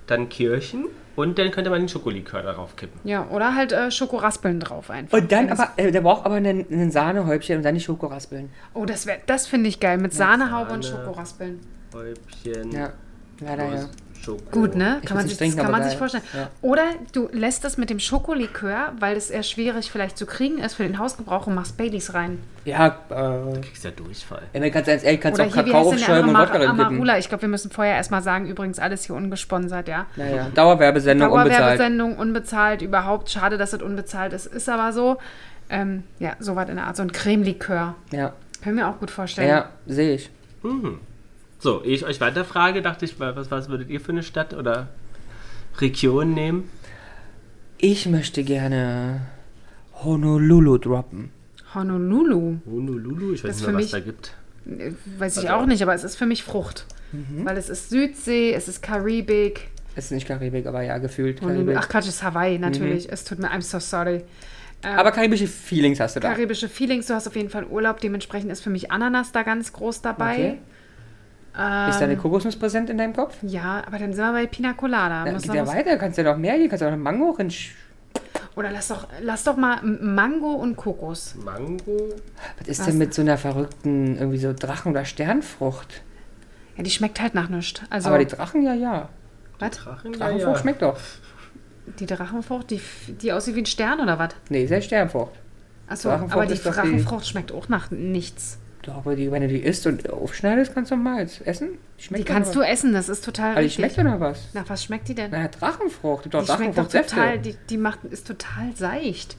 dann Kirchen und dann könnte man den Schokolikör darauf kippen. Ja, oder halt äh, Schokoraspeln drauf einfach. Und dann Wenn es- aber, äh, der braucht aber einen, einen Sahnehäubchen und dann die Schokoraspeln. Oh, das, wär- das finde ich geil. Mit Sahnehaube und Sahne. Schokoraspeln. Häubchen. Ja, leider ja. Los. Schoko. Gut, ne? Ich Kann man, sich, will's nicht trinken, das kann aber man sich geil. vorstellen. Ja. Oder du lässt das mit dem Schokolikör, weil es eher schwierig vielleicht zu kriegen ist für den Hausgebrauch und machst Baileys rein. Ja, äh, Kriegst ja Durchfall. Emil, kannst du eins- ey, kannst Oder hier, auch wie heißt Kakao denn der andere? aufschäumen und Mar- Wodka reinkippen. Amarula. Ich glaube, wir müssen vorher erstmal sagen, übrigens alles hier ungesponsert, ja. Naja, Dauerwerbesendung unbezahlt. Dauerwerbesendung, unbezahlt überhaupt. Schade, dass das unbezahlt ist. Ist aber so. Ähm, ja, so was in der Art. So ein Cremelikör. Ja, Können wir auch gut vorstellen. ja sehe ich. So, ehe ich euch weiterfrage, dachte ich, was, was würdet ihr für eine Stadt oder Region nehmen? Ich möchte gerne Honolulu droppen. Honolulu. Honolulu, ich Das weiß für mich- nicht mehr, was da gibt. Äh, Weiß Also ich auch nicht, aber es ist für mich Frucht. Mhm. Weil es ist Südsee, es ist Karibik. Ist nicht Karibik, aber ja, gefühlt Honolulu. Karibik. Mhm. Ach äh, Quatsch, es ist Hawaii, natürlich. Es tut mir, I'm so sorry. aber karibische Feelings hast du da. Karibische Feelings, du hast auf jeden Fall Urlaub. Dementsprechend ist für mich Ananas da ganz groß dabei. Okay. Ist deine Kokosnuss präsent in deinem Kopf? Ja, aber dann sind wir bei Pina Colada. Dann Muss geht noch ja was- weiter, kannst ja noch mehr gehen, kannst ja auch eine Mango rein. Oder lass doch, lass doch mal M- Mango und Kokos. Mango? Was ist Was? denn mit so einer verrückten, irgendwie so Drachen- oder Sternfrucht? Ja, die schmeckt halt nach nichts. Also, Aber die Drachen, ja, ja. was? Drachen? Drachenfrucht ja, ja. schmeckt doch. Die Drachenfrucht, die, f- die aussieht wie ein Stern oder was? Nee, ist ja Sternfrucht. Achso, Drachenfrucht aber die ist doch die- Drachenfrucht schmeckt auch nach nichts. Doch, aber die, wenn du die isst und aufschneidest, kannst du normal essen. Die Die Schmeckt doch kannst noch du essen, das ist total was. Aber die richtig. schmeckt doch noch was. nach was schmeckt die denn? Na, Drachenfrucht. Gibt doch die schmeckt doch Drachenfruchtsäfte. total, die, die macht, ist total seicht.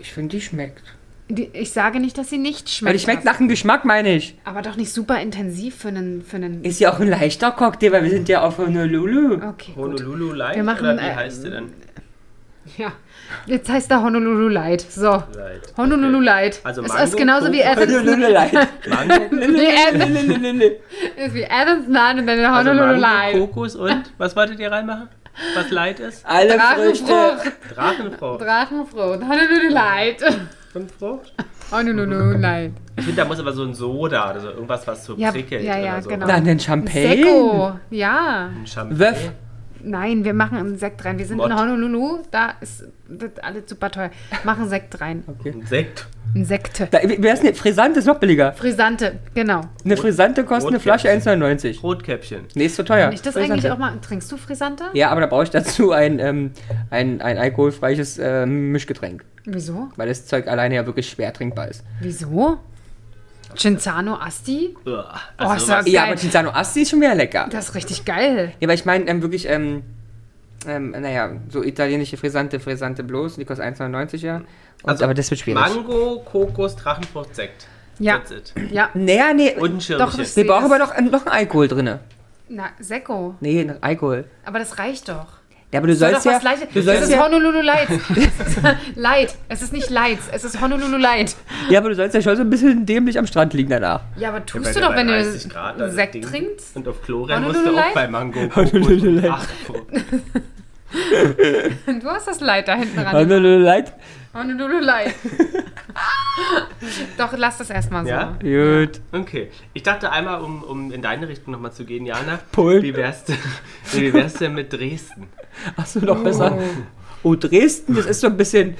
Ich finde, die schmeckt. Die, ich sage nicht, dass sie nicht schmeckt. Weil die schmeckt nach dem Geschmack, meine ich. aber doch nicht super intensiv für einen. Für einen Ist ja auch ein leichter Cocktail, weil wir sind ja auf Honolulu. okay, gut. Honolulu Light? Wir machen, oder wie äh, heißt der denn? Ja. Jetzt heißt er Honolulu Light. So. Light. Honolulu Light. Also es Mango, ist genauso wie Kokos- Evans. Honolulu Light. Mango, Wie Evans, ist wie Evans Naan und dann oh, der also Honolulu Mango, Light. Kokos und was wolltet ihr reinmachen? Was Light ist? Alle Früchte. Drachenfrucht. Drachenfrucht. Drachenfrucht. Oh, Honolulu Light. Oh, Drachenfrucht? Honolulu Light. Ich finde, da muss aber so ein Soda oder so irgendwas, was so Ja, prickelt. ja, ja, oder so. genau. Dann den Champagne. Sekko. Ja. Ein Champagner. Wöff. Nein, wir machen einen Sekt rein. Wir sind in Mott. Honolulu. Da ist das alles super teuer. Machen Sekt rein. Ein Sekt. Ein Sekte. Da, wie- wie heißt denn- Frisante ist noch billiger. Frisante, genau. Eine Frisante kostet eine Flasche 1,99. Rotkäppchen. Nee, ist zu teuer. Kann ich das Frisante. eigentlich auch mal. Trinkst du Frisante? Ja, aber da brauche ich dazu ein, ähm, ein, ein alkoholfreies äh, Mischgetränk. Wieso? Weil das Zeug alleine ja wirklich schwer trinkbar ist. Wieso? Cinzano Asti? Uah. Oh, Also, ist das- was, Ja, Geil. aber Cinzano Asti ist schon wieder lecker. Das ist richtig geil. Ja, aber ich meine ähm, wirklich, ähm, ähm, naja, so italienische Frisante, Frisante bloß, die kostet 1,99 ja. Und, Also, aber das wird schwierig. Mango, Kokos, Drachenfrucht, Sekt. Ja. That's it. Ja. Naja, nee, Und ein Doch, Schirmchen. das- wir brauchen aber noch, ähm, noch einen Alkohol drin. Na, Sekko. Nee, noch Alkohol. Aber das reicht doch. Ja, aber du Soll sollst doch ja, was Leichtes- du es sollst ist ja, Honolulu Light. Light. Es ist nicht Light. Es ist Honolulu Light. ja, aber du sollst ja schon so ein bisschen dämlich am Strand liegen danach. Ja, aber tust Wenn du der doch, bei wenn 30 Grad da du das Sekt Ding- trinkst. Und auf Klo rennen Honolulu musst du Light? auch bei Mango, Kokos Honolulu und Light. Drachenfrucht. Du hast das Light da hinten ran. Honolulu Light. Honolulu Light. doch, lass das erstmal so. Ja? Gut. Okay. Ich dachte einmal, um, um in deine Richtung nochmal zu gehen, Jana. Polen. Wie wär's, denn- wie wär's denn mit Dresden? Achso, noch besser. Oh, Dresden, das ist so ein bisschen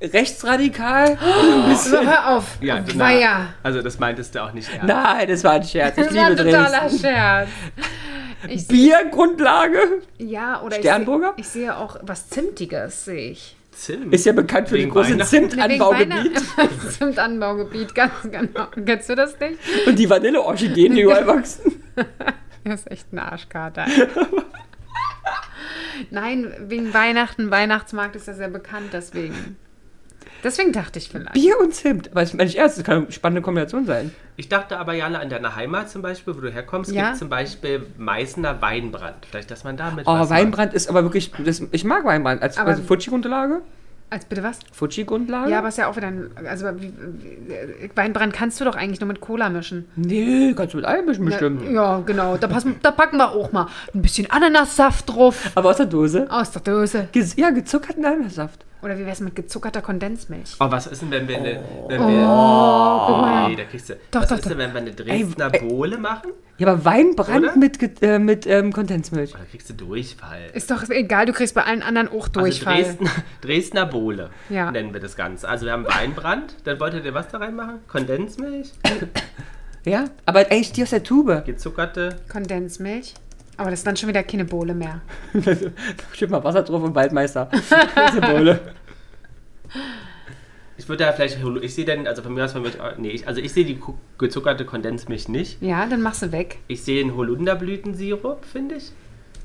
rechtsradikal. So, hör auf. Ja, na, War ja. Also das meintest du auch nicht ernst. Nein, das war ein Scherz. Ich Das war liebe ein totaler Dresden. Scherz. Ich Biergrundlage Ja, oder Sternburger? Ich, sehe, ich sehe auch was Zimtiges, sehe ich. Zimt. ist ja bekannt für Wegen den großen Weihnachten. Zimtanbaugebiet. Weihnachten- Zimtanbaugebiet, ganz genau. Kennst du das nicht? Und die Vanilleorchideen, die überall wachsen. Das ist echt ein Arschkater. Nein, wegen Weihnachten, Weihnachtsmarkt ist ja sehr bekannt, deswegen. Deswegen dachte ich vielleicht. Bier und Zimt. Aber das meine ich erst, das kann eine spannende Kombination sein. Ich dachte aber, Jana, in deiner Heimat zum Beispiel, wo du herkommst, Ja. gibt es zum Beispiel Meißner Weinbrand. Vielleicht, dass man damit Oh, was macht. Weinbrand ist aber wirklich. Das, ich mag Weinbrand. Als, Aber- also Fuji-Grundlage. Als bitte was? Fuji-Grundlage? Ja, aber ist ja auch wieder ein. Also, wie, wie, Weinbrand kannst du doch eigentlich nur mit Cola mischen. Nee, kannst du mit allem mischen bestimmt. Ja, genau. Da, passen, da packen wir auch mal ein bisschen Ananassaft drauf. Aber aus der Dose. Aus der Dose. Ge ja, gezuckerten Ananassaft. Oder wie wär's mit gezuckerter Kondensmilch? Oh, was ist denn, wenn wir eine. Wenn wir, Guck mal. Nee, da kriegst du. Oh. Doch, was doch, ist doch. denn, wenn wir eine Dresdner ey. Bohle machen? Ja, aber Weinbrand Oder? mit, Ge- äh, mit ähm, Kondensmilch. Da kriegst du Durchfall. Ist doch egal, du kriegst bei allen anderen auch Durchfall. Also Dresden, Dresdner Bohle Ja. nennen wir das Ganze. Also wir haben Weinbrand, dann wolltet ihr was da reinmachen? Kondensmilch, Ja, aber eigentlich die aus der Tube. gezuckerte Kondensmilch. Aber das ist dann schon wieder keine Bohle mehr. Schütt mal Wasser drauf und Waldmeister. Diese Bohle. Ich würde da vielleicht, ich sehe dann, also von mir aus, von mir, nee, ich, also ich sehe die ku- gezuckerte Kondensmilch nicht. Ja, dann machst du weg. Ich sehe einen Holunderblütensirup, finde ich,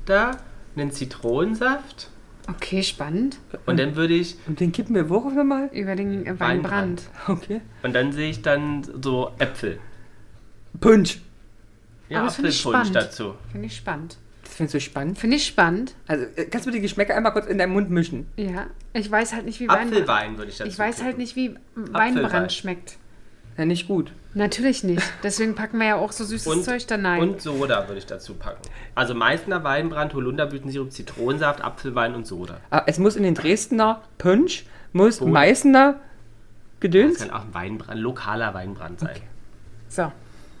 da, einen Zitronensaft Okay, spannend. und dann würde ich, Und den kippen wir worauf nochmal? Über den äh, Weinbrand. Okay. und dann sehe ich dann so Äpfel. Punsch. Ja, Aber das finde ich Apfelpunsch spannend. dazu. Finde ich spannend. Das findest du spannend. Finde ich spannend. Also, äh, kannst du die Geschmäcker einmal kurz in deinen Mund mischen? Ja. Ich weiß halt nicht, wie Weinbrand. Apfelwein würde ich dazu Ich weiß halt kippen. nicht, wie Weinbrand Apfelwein. schmeckt. Ja, nicht gut. Natürlich nicht. Deswegen packen wir ja auch so süßes Zeug da rein. und Soda würde ich dazu packen. Also Meißner Weinbrand, Holunderblütensirup, Zitronensaft, Apfelwein und Soda. Aber Ah, es muss in den Dresdner Punsch, muss Bohle. Meißner Das Gedöns. kann auch ein Weinbrand, lokaler Weinbrand sein. So.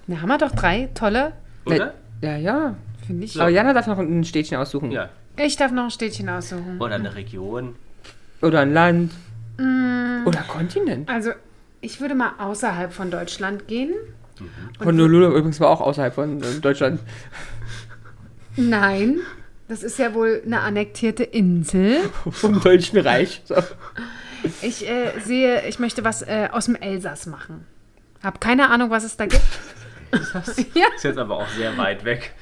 Da haben wir doch drei tolle, Oder? Äh, Ja, ja. finde ich. Aber Jana darf noch ein Städtchen aussuchen. Ja. Ich darf noch ein Städtchen aussuchen. Oder eine Region. Oder ein Land. Oder Kontinent. Also, ich würde mal außerhalb von Deutschland gehen. Honolulu übrigens war auch außerhalb von äh, Deutschland. Nein, das ist ja wohl eine annektierte Insel. Vom Deutschen Reich. So. Ich äh, sehe, ich möchte was äh, aus dem Elsass machen. Hab keine Ahnung, was es da gibt. ja. Ist jetzt aber auch sehr weit weg.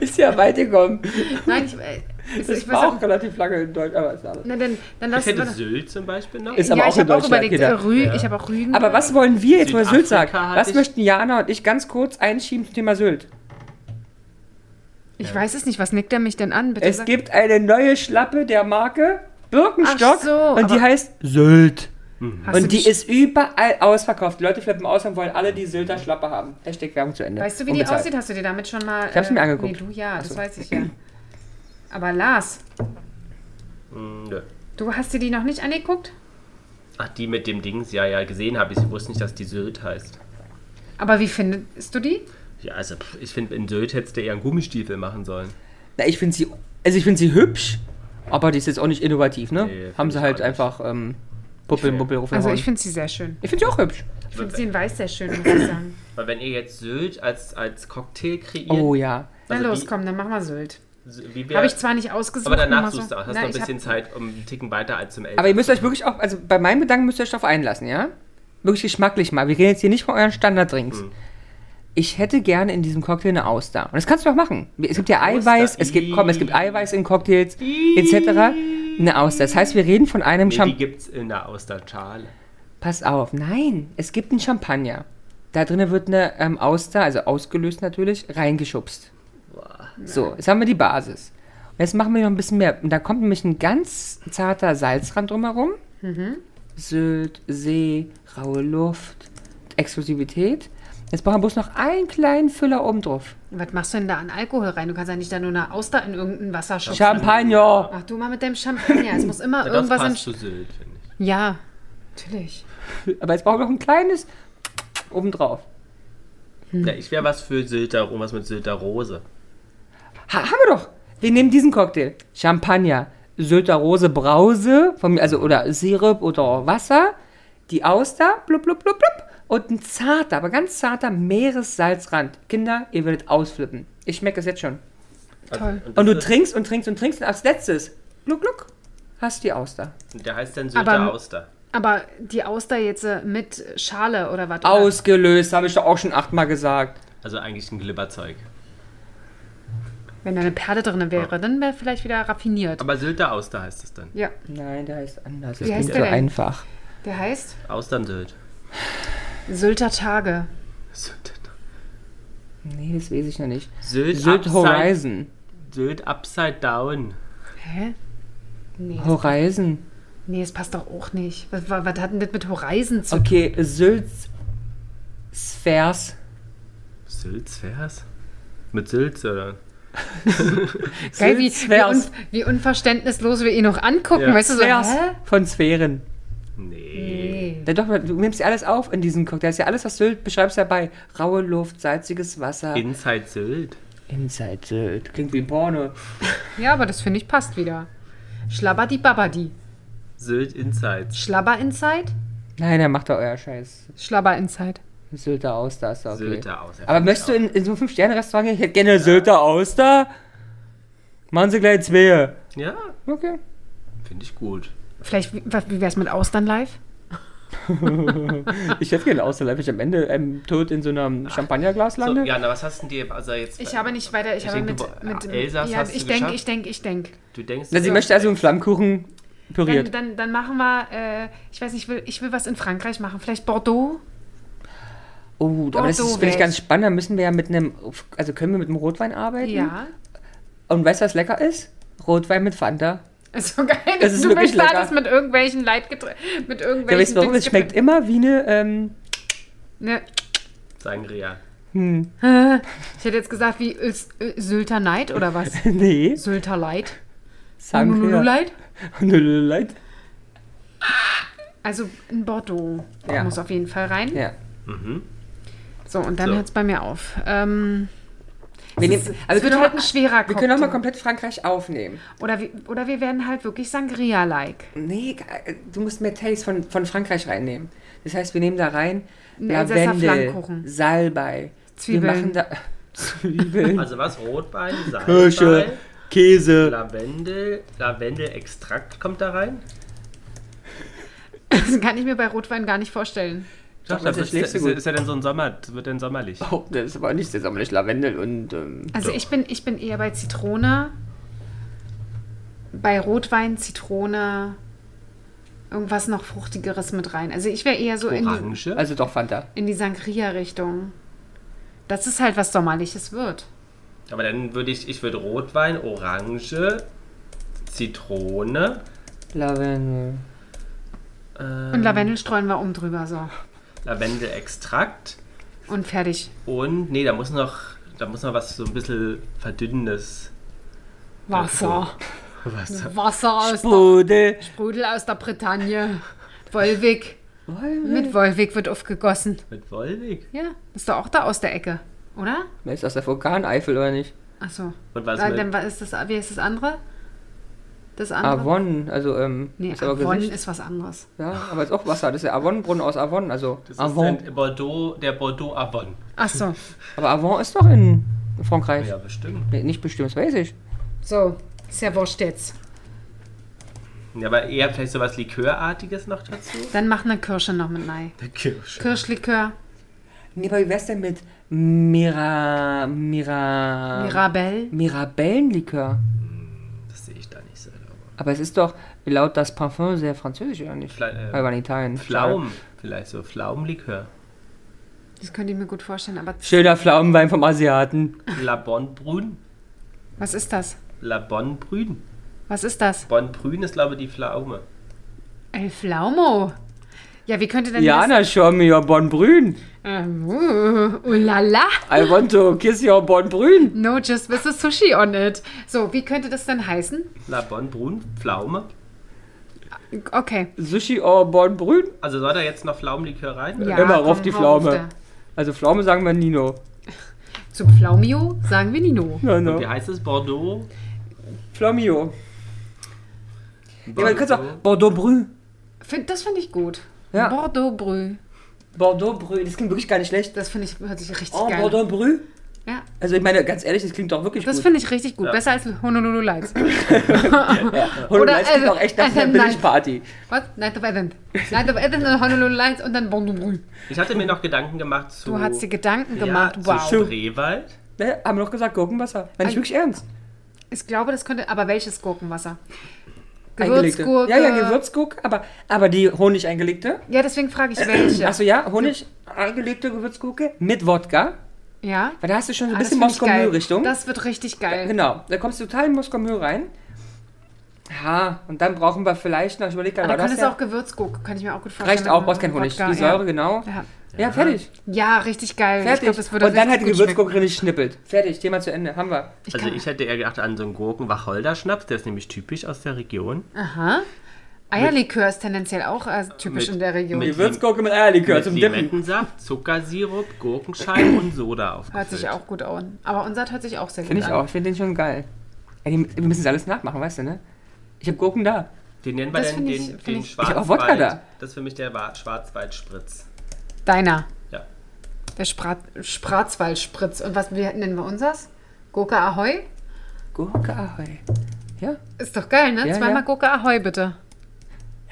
Ist ja weit gekommen. Nein, ich, äh, ich, Das ich weiß war auch auch. relativ lange in Deutschland. Aber, ist alles. Na, dann, dann Ich lass hätte warte. Sylt zum Beispiel noch. Ist aber ja, auch ich in habe auch Deutschland überlegt, äh, gedacht. Rü, ich habe auch Rügen. aber was wollen wir jetzt über Sylt sagen? Südafrika hatte Was ich- möchten Jana und ich ganz kurz einschieben zum Thema Sylt? ich weiß es nicht, was nickt er mich denn an? Bitte Es sag- gibt eine neue Schlappe der Marke Birkenstock Ach so, und die aber- Also heißt Sylt. hast du Und die best- ist überall ausverkauft. Die Leute flippen aus und wollen alle die Sylter Schlappe haben. Hashtag Werbung zu Ende. Weißt du, wie die Unbezahlt. aussieht? Hast du dir damit schon mal. Ich hab's mir angeguckt. Nee, du ja, das weiß ich ja. Aber Lars, Hm, nö. du hast dir die noch nicht angeguckt? Ach, die mit dem Dings, ja, ja, gesehen habe ich. Ich wusste nicht, dass die Sylt heißt. Aber wie findest du die? Ja, also pff, ich finde, in Sylt hättest du eher einen Gummistiefel machen sollen. Na, ich finde sie, also ich finde sie hübsch, aber die ist jetzt auch nicht innovativ, ne? Nee, find Haben sie ich halt auch nicht. einfach ähm, Puppel, Ich- Puppel rufen. Also, ich finde sie sehr schön. ich finde sie auch hübsch. Ich finde sie in Weiß sehr schön, muss Also ich sagen. Weil wenn ihr jetzt Sylt als, als Cocktail kreiert. Oh ja. Na also los, wie, komm, dann mach mal Sylt. Wie Habe wär, ich zwar nicht ausgesucht. aber danach mach suchst du auch. Hast Na, noch ein ich hab- bisschen Zeit, um einen Ticken weiter als zum Elf. Aber ihr müsst euch wirklich auch, also bei meinen Gedanken müsst ihr euch darauf einlassen, ja? Wirklich geschmacklich mal. Wir reden jetzt hier nicht von euren Standarddrinks. Hm. Ich hätte gerne in diesem Cocktail eine Auster. Und das kannst du auch machen. Es gibt ja Auster, Eiweiß, es gibt, komm, es gibt ii. Eiweiß in Cocktails, etc. Eine Auster. Das heißt, wir reden von einem nee, die Champagner. gibt's in der Austernschale. Pass auf, nein, es gibt einen Champagner. Da drinnen wird eine ähm, Auster, also ausgelöst natürlich, reingeschubst. Boah. So, jetzt haben wir die Basis. Und jetzt machen wir noch ein bisschen mehr. Und da kommt nämlich ein ganz zarter Salzrand drumherum. Sylt, See, raue Luft, Exklusivität. Jetzt brauchen wir bloß noch einen kleinen Füller oben drauf. Was machst du denn da an Alkohol rein? Du kannst ja nicht da nur eine Auster in irgendein Wasser schubsen. Champagner! Mach du mal mit deinem Champagner. Es muss immer Ja, das irgendwas in. passt zu Sylt, finde ich. Ja, natürlich. Aber jetzt brauchen wir noch ein kleines oben drauf. Hm. Ja, ich wäre was für Sylter, irgendwas mit Sylter Rose. Ha, haben wir doch. Wir nehmen diesen Cocktail. Champagner, Sylter Rose Brause, von, mir- also, oder Sirup oder auch Wasser, die Auster, blub, blub, blub, blub, und ein zarter, aber ganz zarter Meeressalzrand. Kinder, ihr werdet ausflippen. Ich schmecke es jetzt schon. Also, Toll. Und du das trinkst und trinkst und trinkst und als letztes, gluck, gluck, hast die Auster. ist, der heißt dann Sylter Aber- Auster. Aber die Auster jetzt äh, mit Schale oder was? oder? Ausgelöst, habe ich doch auch schon achtmal gesagt. Also eigentlich ein Glibberzeug. Wenn da eine Perle drin wäre, dann wäre vielleicht wieder raffiniert. Aber Sylter Auster heißt es dann. Ja, Nein, der heißt anders. Das Wie heißt klingt so der denn? einfach. der heißt Austern Sylt. Sylter Tage. Sylt, Nee, das weiß ich noch nicht. Sylt, Sylt upside, Horizon. Sylt Upside Down. Hä? Nee, Oh. Horizon. nee, es passt doch auch nicht. Was, was hat denn das mit Horizon zu Okay, Sylt Sphärs. Sylts Vers? Mit Sylt oder? Geil, wie, Sylt wie, un, Sphärs. wie unverständnislos wir ihn noch angucken. Ja. Weißt du, so, Sphärs hä? von Sphären. Nee. Ja, doch, du nimmst ja alles auf in diesem Cocktail. Da ist ja alles, was Sylt beschreibst, dabei. Raue Luft, salziges Wasser. Inside Sylt. Inside Sylt. Klingt wie Porno. Ja, aber das finde ich passt wieder. Schlabberdi Babadi. Sylt Inside. Schlabber Inside? Nein, dann macht er euer Scheiß. Schlabber Inside. Sylter Auster ist doch okay. Sylter oh, Auster. Aber möchtest du in, in so einem Fünf-Sterne-Restaurant gehen? Ich hätte gerne Sylter Auster. Machen Sie gleich zwei. Ja, Okay. finde ich gut. Vielleicht, wie wäre es mit Austern live? Ich hätte gerne aus, weil ich am Ende ähm, tot in so einem Champagnerglas So, lande. Jana, was hast denn dir also jetzt? Ich habe nicht weiter, ich, habe denke, mit, du- mit Elsass hast du ich denke, geschafft? ich denke, ich denke. du denkst, Na, sie möchte also einen Flammkuchen Dann, püriert. dann, dann machen wir, äh, ich weiß nicht, ich will, ich will was in Frankreich machen. Vielleicht Bordeaux? Oh, aber das Bordeaux ist- finde ich wär's. ganz spannend. Da müssen wir ja mit einem, also können wir mit einem Rotwein arbeiten? Ja. Und weißt du, was lecker ist? Rotwein mit Fanta. Ist so geil. Es ist du wirklich lecker. startest mit irgendwelchen Leitgetränken, mit Ja, irgendwelchen weißt du warum? Es Dings- schmeckt immer wie eine, ähm, Ne, Sangria. ich hätte jetzt gesagt, wie Ös- Ö- Sylter Neid oder was? nee, Sylter Light? Honolulu Sangria. Light? Honolulu Light. Also in Bordeaux Ja. muss auf jeden Fall rein. Ja. So, und dann So. hört es bei mir auf. Ähm, Wir nehmen, also es also wir wird können, halt halt ein schwerer wir können auch mal Cocktail. komplett Frankreich aufnehmen. Oder wir, oder wir werden halt wirklich Sangria-like. Nee, ge- du musst mehr Taste von, von Frankreich reinnehmen. Das heißt, wir nehmen da rein Einen Elsässer Lavendel, Flammkuchen. Salbei. Zwiebeln. Wir machen da Zwiebeln, Also was? Rotwein, Salbei, Kirsche, Käse. Lavendel, Lavendelextrakt kommt da rein. Das kann ich mir bei Rotwein gar nicht vorstellen. Doch, das das ist, schläfst ist, du ist, gut. ja dann so ein Sommer, das wird dann sommerlich. Oh, das ist aber nicht gesammelt. Lavendel und ähm, Also Doch. ich bin, ich bin eher bei Zitrone, bei Rotwein, Zitrone, irgendwas noch Fruchtigeres mit rein. Also ich wäre eher so in die, Orange. also doch Fanta. in die Sangria-Richtung. Das ist halt was Sommerliches wird. Aber dann würde ich, ich würde Rotwein, Orange, Zitrone. ähm, Lavendel. Und Lavendel streuen wir um drüber so. Lavendelextrakt Und fertig. und nee, da muss noch, da muss noch was so ein bisschen verdünnendes. Wasser. Was? Wasser aus der, Sprudel. Sprudel aus der Bretagne. Wolwig. Sprudel. Mit Wolwig wird aufgegossen. Mit Wollwig. Ja, ist doch auch da aus der Ecke, oder? Wer Ist aus der Vulkaneifel oder nicht? Achso. Und Also was Äh, mit? dann was ist das, wie ist das andere? Das andere? Avon, also ähm, nee, ist aber Avon Gesicht. ist was anderes. Ja, aber ist auch Wasser. Das ist der Avon-Brunnen aus Avon, also Das Avon. ist ein Bordeaux, der Bordeaux Avon. Achso. aber Avon ist doch in Frankreich. Ja, bestimmt. Nee, nicht bestimmt, das weiß ich. So, ist ja wurscht jetzt. Ja, aber eher vielleicht sowas Likörartiges noch dazu. Dann mach eine Kirsche noch mit rein. Genau. Der Kirsche. Kirschlikör, Nee, aber wie wär's denn mit Mira, Mira, Mirabelle. Mirabellenlikör? Das sehe ich da nicht so. genau. aber Aber es ist doch laut das Parfum sehr französisch, oder nicht? Fla- äh, Weil war in Italien. Pflaumen, vielleicht so Pflaumenlikör. Das könnte ich mir gut vorstellen, aber Schöner Pflaumenwein vom Asiaten. La Bonbrune. was ist das? La Bonbrune. Was ist das? Bonbrune ist, glaube ich, die Pflaume. El Flaumo. Ja, wie könnte denn Jana, show me your Bonbrün. das... Ähm, uh, uh, la la. I want to kiss your Bonbrün. No, just with the sushi on it. So, wie könnte das denn heißen? La Bonbrune, Pflaume. Okay. Sushi or Bonbrün. Also soll da jetzt noch Pflaumenlikör rein? Ja, Immer rauf komm, die hau Pflaume. da. Also Pflaume sagen wir Nino. Zu Pflaumio sagen wir Nino. No, Wie no. heißt es? Bordeaux? Pflaumio. Ja, aber du kannst auch Bordeaux Brü. Find, das finde ich gut. Ja. Bordeaux Brü. Bordeaux Brü, das klingt wirklich gar nicht schlecht. Das finde ich, hört sich richtig Oh, geil an. Bordeaux Brü. Ja, Also ich meine, ganz ehrlich, das klingt doch wirklich das gut. finde ich richtig gut. Besser als Honolulu Lights. Oder Oder, das klingt also, auch echt nach einer also nein. Billigparty. Was? Night of Eden. Night of Eden und Honolulu Lights und dann Bordeaux Brü. Ich hatte mir noch Gedanken gemacht zu. Du hast dir Gedanken ja, gemacht. Wow. Zu Spreewald. Ne, haben wir doch gesagt, Gurkenwasser. Meine ich Ein- wirklich ernst. Ich glaube, das könnte. Aber welches Gurkenwasser? Eingelegte. Gewürzgurke. Ja, ja, Gewürzgurke, aber, aber die Honig eingelegte. Ja, deswegen frage ich welche. Achso, ja, Honig eingelegte Gewürzgurke mit Wodka. Ja. Weil da hast du schon so Ah, ein das bisschen finde ich geil. Moskau-Mühl-Richtung. Das wird richtig geil. Genau, da kommst du total in Moskau-Mühl rein. Ja, und dann brauchen wir vielleicht noch, ich überlege gerade, Aber war da kann das es ja- auch Gewürzgurke, kann ich mir auch gut vorstellen. reicht auch, brauchst kein Honig. Genau. Wodka, die Säure, ja. genau. Ja. Ja, fertig. ja, richtig geil. Fertig. Ich glaube, das würde und dann richtig halt die gut schmecken. Gewürzgurke drin geschnippelt. Fertig, Thema zu Ende. Haben wir. Ich Also kann- ich hätte eher gedacht an so einen Gurken-Wacholder-Schnaps, der ist nämlich typisch aus der Region. Aha. Eierlikör ist tendenziell auch äh, typisch Mit- in der Region. mit- Gewürzgurke mit Eierlikör Mit zum Dippen. Limettensaft, Zuckersirup, Gurkenscheiben und Soda aufgefüllt. Hört sich auch gut an. Aber unser hört sich auch sehr Finde gut ich an. auch, ich finde den schon geil. Ey, die- wir müssen das alles nachmachen, weißt du, ne? Ich habe Gurken da. Den nennen wir Das dann finde den, ich- den finde ich- Ich hab Schwarzwald. auch Wodka da. Das ist für mich der Wa- Schwarzwaldspritz. Deiner. Ja. Der Sprat Spratzwaldspritz. Und was wir, nennen wir unseres? Gurke Ahoi? Gurke Ahoi. Ja, Ist doch geil, ne? Ja, Zweimal ja. Gurke Ahoi, bitte.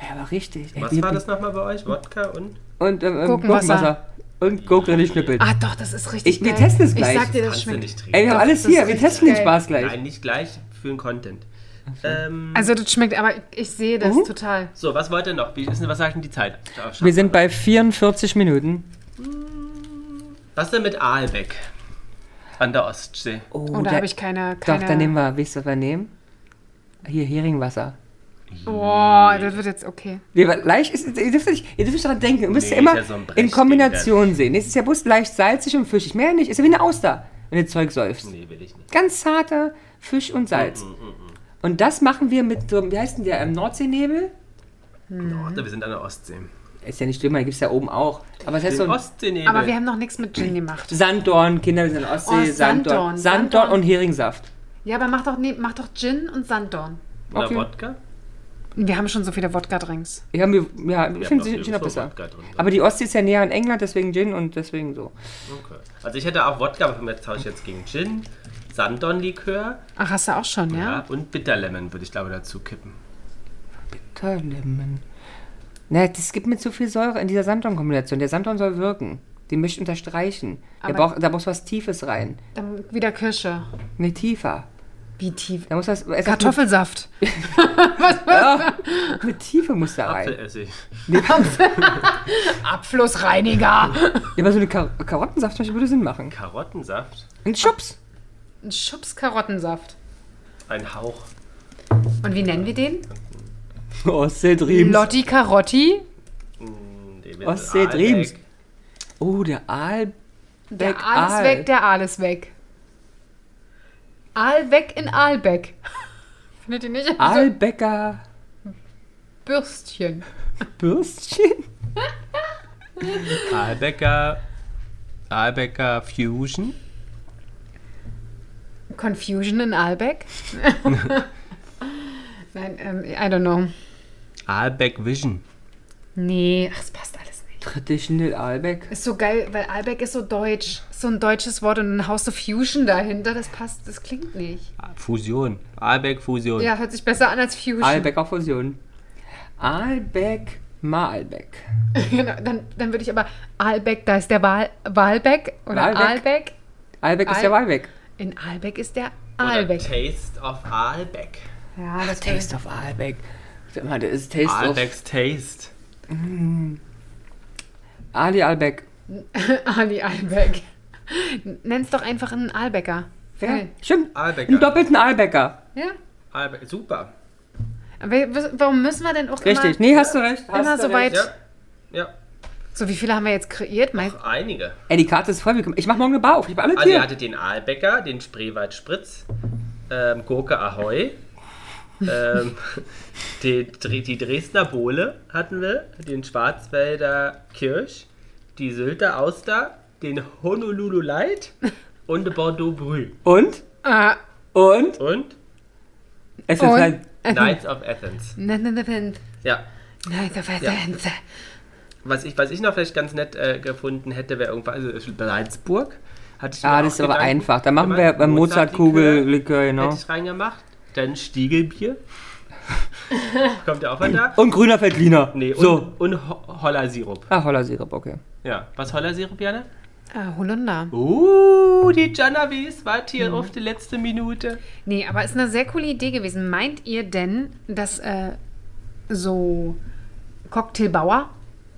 ja aber richtig. Ey, Was wir- war das nochmal bei euch? Wodka und? Und ähm, ähm, Gurkenwasser. Gurkenwasser. Und Gurkenrindeschnippel. Ah, doch, das ist richtig Ich- wir geil. testen es gleich. Ich sag dir, das Kannst du schmeckt. nicht trinken. Ey, wir haben doch, alles das hier. ist Wir richtig testen den geil. Spaß gleich. Nein, nicht gleich für den Content. Ähm, Also, das schmeckt, aber ich, ich sehe Mhm. das total. so, was wollt ihr noch? Wie ist, denn- was sagt denn die Zeit? Wir sind bei 44 Minuten. Was denn mit Aalbeck an der Ostsee? Oh, Oh, da der- habe ich keine. Doch, keine dann nehmen wir, weißt du, was wir nehmen? Hier, Heringwasser. Boah, das wird jetzt okay. Nee, weil leicht ist, ihr dürft nicht, ihr dürft nicht daran denken. Ihr müsst Nee, ja immer ist ja so ein Brechding in Kombination sehen. Es ist ja bloß leicht salzig und fischig. Mehr nicht. Ist ja wie eine Auster, wenn du Zeug säufst. Nee, will ich nicht. Ganz zarter Fisch und Salz. Mhm, Und das machen wir mit so, einem- wie heißt denn der, ähm, Nordseenebel? Nord, wir sind an der Ostsee. Ist ja nicht schlimm, da gibt es ja oben auch. Aber es heißt so Den ein Ostseenebel. Aber wir haben noch nichts mit Gin gemacht. Sanddorn, Kinder, wir sind in der Ostsee, Oh, Sanddorn. Sanddorn. Sanddorn. Sanddorn. und Heringsaft. Ja, aber mach doch, nee, mach doch Gin und Sanddorn. Na, okay. Wodka? Wir haben schon so viele Wodka-Drinks. Ja, mir, ja, ich finde Wir haben noch Gin noch nirgendwo besser. Wodka drin. Aber die Ostsee ist ja näher an England, deswegen Gin und deswegen so. Okay. Also ich hätte auch Wodka, aber jetzt tausche ich jetzt gegen Gin, Sanddornlikör Ach, hast du auch schon, ja, ja? und Bitterlemon würde ich glaube dazu kippen. Bitterlemon. Na, das gibt mir zu viel Säure in dieser Sanddorn-Kombination. Der Sanddorn soll wirken. Den möchte unterstreichen. Der Aber- braucht, da muss was Tiefes rein. Dann wieder Kirsche. Ne, tiefer. Wie tief? Da muss was. es hat Kartoffelsaft. Eine, eine Tiefe muss da rein. Apfelessig. Abflussreiniger. Ja, aber so eine Kar Karottensaft zum Beispiel würde Sinn machen. Karottensaft. Ein Schubs. Ein Schubs Karottensaft. Ein Hauch. Und wie nennen wir den? Ostsee Dreams. Lotti Karotti. Nee, Ostsee Dreams. Oh, der Aal. Der Beck, Aal ist Aal. weg, der Aal ist weg. Aal weg in Aalbeck. Findet ihr nicht? So Aalbecker Bürstchen. Bürstchen. Aalbecker. Aalbecker Fusion. Confusion in Aalbeck? Nein, ähm, I don't know. Aalbeck Vision. Nee, ach, es passt alles nicht. Traditional Aalbeck. Ist so geil, weil Aalbeck ist so deutsch. Ist So ein deutsches Wort und dann haust du Fusion dahinter. Das passt, das klingt nicht. Fusion. Aalbeck Fusion. Ja, hört sich besser an als Fusion. Aalbecker Fusion. Aalbeck Maalbeck. Genau, dann, dann würde ich aber Aalbeck, da ist der Wahl, Wahlbeck oder Wahlbeck. Aalbeck. Aalbeck ist Aal- der Waalbeck. In Aalbeck ist der Oder Aalbeck. Taste of Aalbeck. Ja, das würde ich- Taste of Aalbeck. Sag mal, das ist Taste Aalbecks Taste. of Ali Aalbeck. Ali Aalbeck. Nenn's doch einfach einen Aalbecker. Ja, Geil. stimmt. Aalbecker. Einen doppelten Aalbecker. Ja? Aalbeck. Super. Aber w- warum müssen wir denn auch Richtig. immer, Nee, hast du recht. Hast immer du so weit... recht. Ja. Ja. So, wie viele haben wir jetzt kreiert? Mei- Einige. Ey, die Karte ist voll. willkommen. Ich mach morgen eine Bar auf. Ich hab alle Also ihr Tiere. hattet den Aalbecker, den Spreewald Spritz, ähm, Gurke Ahoi, ähm, die, Dre- die Dresdner Bohle hatten wir, den Schwarzwälder Kirsch, die Sylter Auster, den Honolulu Light und die Bordeaux Brü. Und? Ah, Und? Und Es ist Und? halt. Knights of Athens. nein, nein, nein, nein. Ja. Nein, so weit Ja. sind sie. Was ich, was ich noch vielleicht ganz nett äh, gefunden hätte, wäre irgendwas, also Salzburg. Hatte ich mir Ah, auch das ist aber Gedanken einfach. Da machen wir äh, gemacht. beim Mozartkugel Likör, Hätte genau. ich reingemacht. Dann Stiegelbier. Kommt ja auch mal da. Und grüner Veltliner. Nee, und, So. und Ho Hollersirup. Ah, Hollersirup, okay. Ja. Was Hollersirup, Jana? Ah, Holunder. Uh, die Jana Wies wart Mhm. hier auf die letzte Minute. Nee, aber ist eine sehr coole Idee gewesen. Meint ihr denn, dass äh, so Cocktailbauer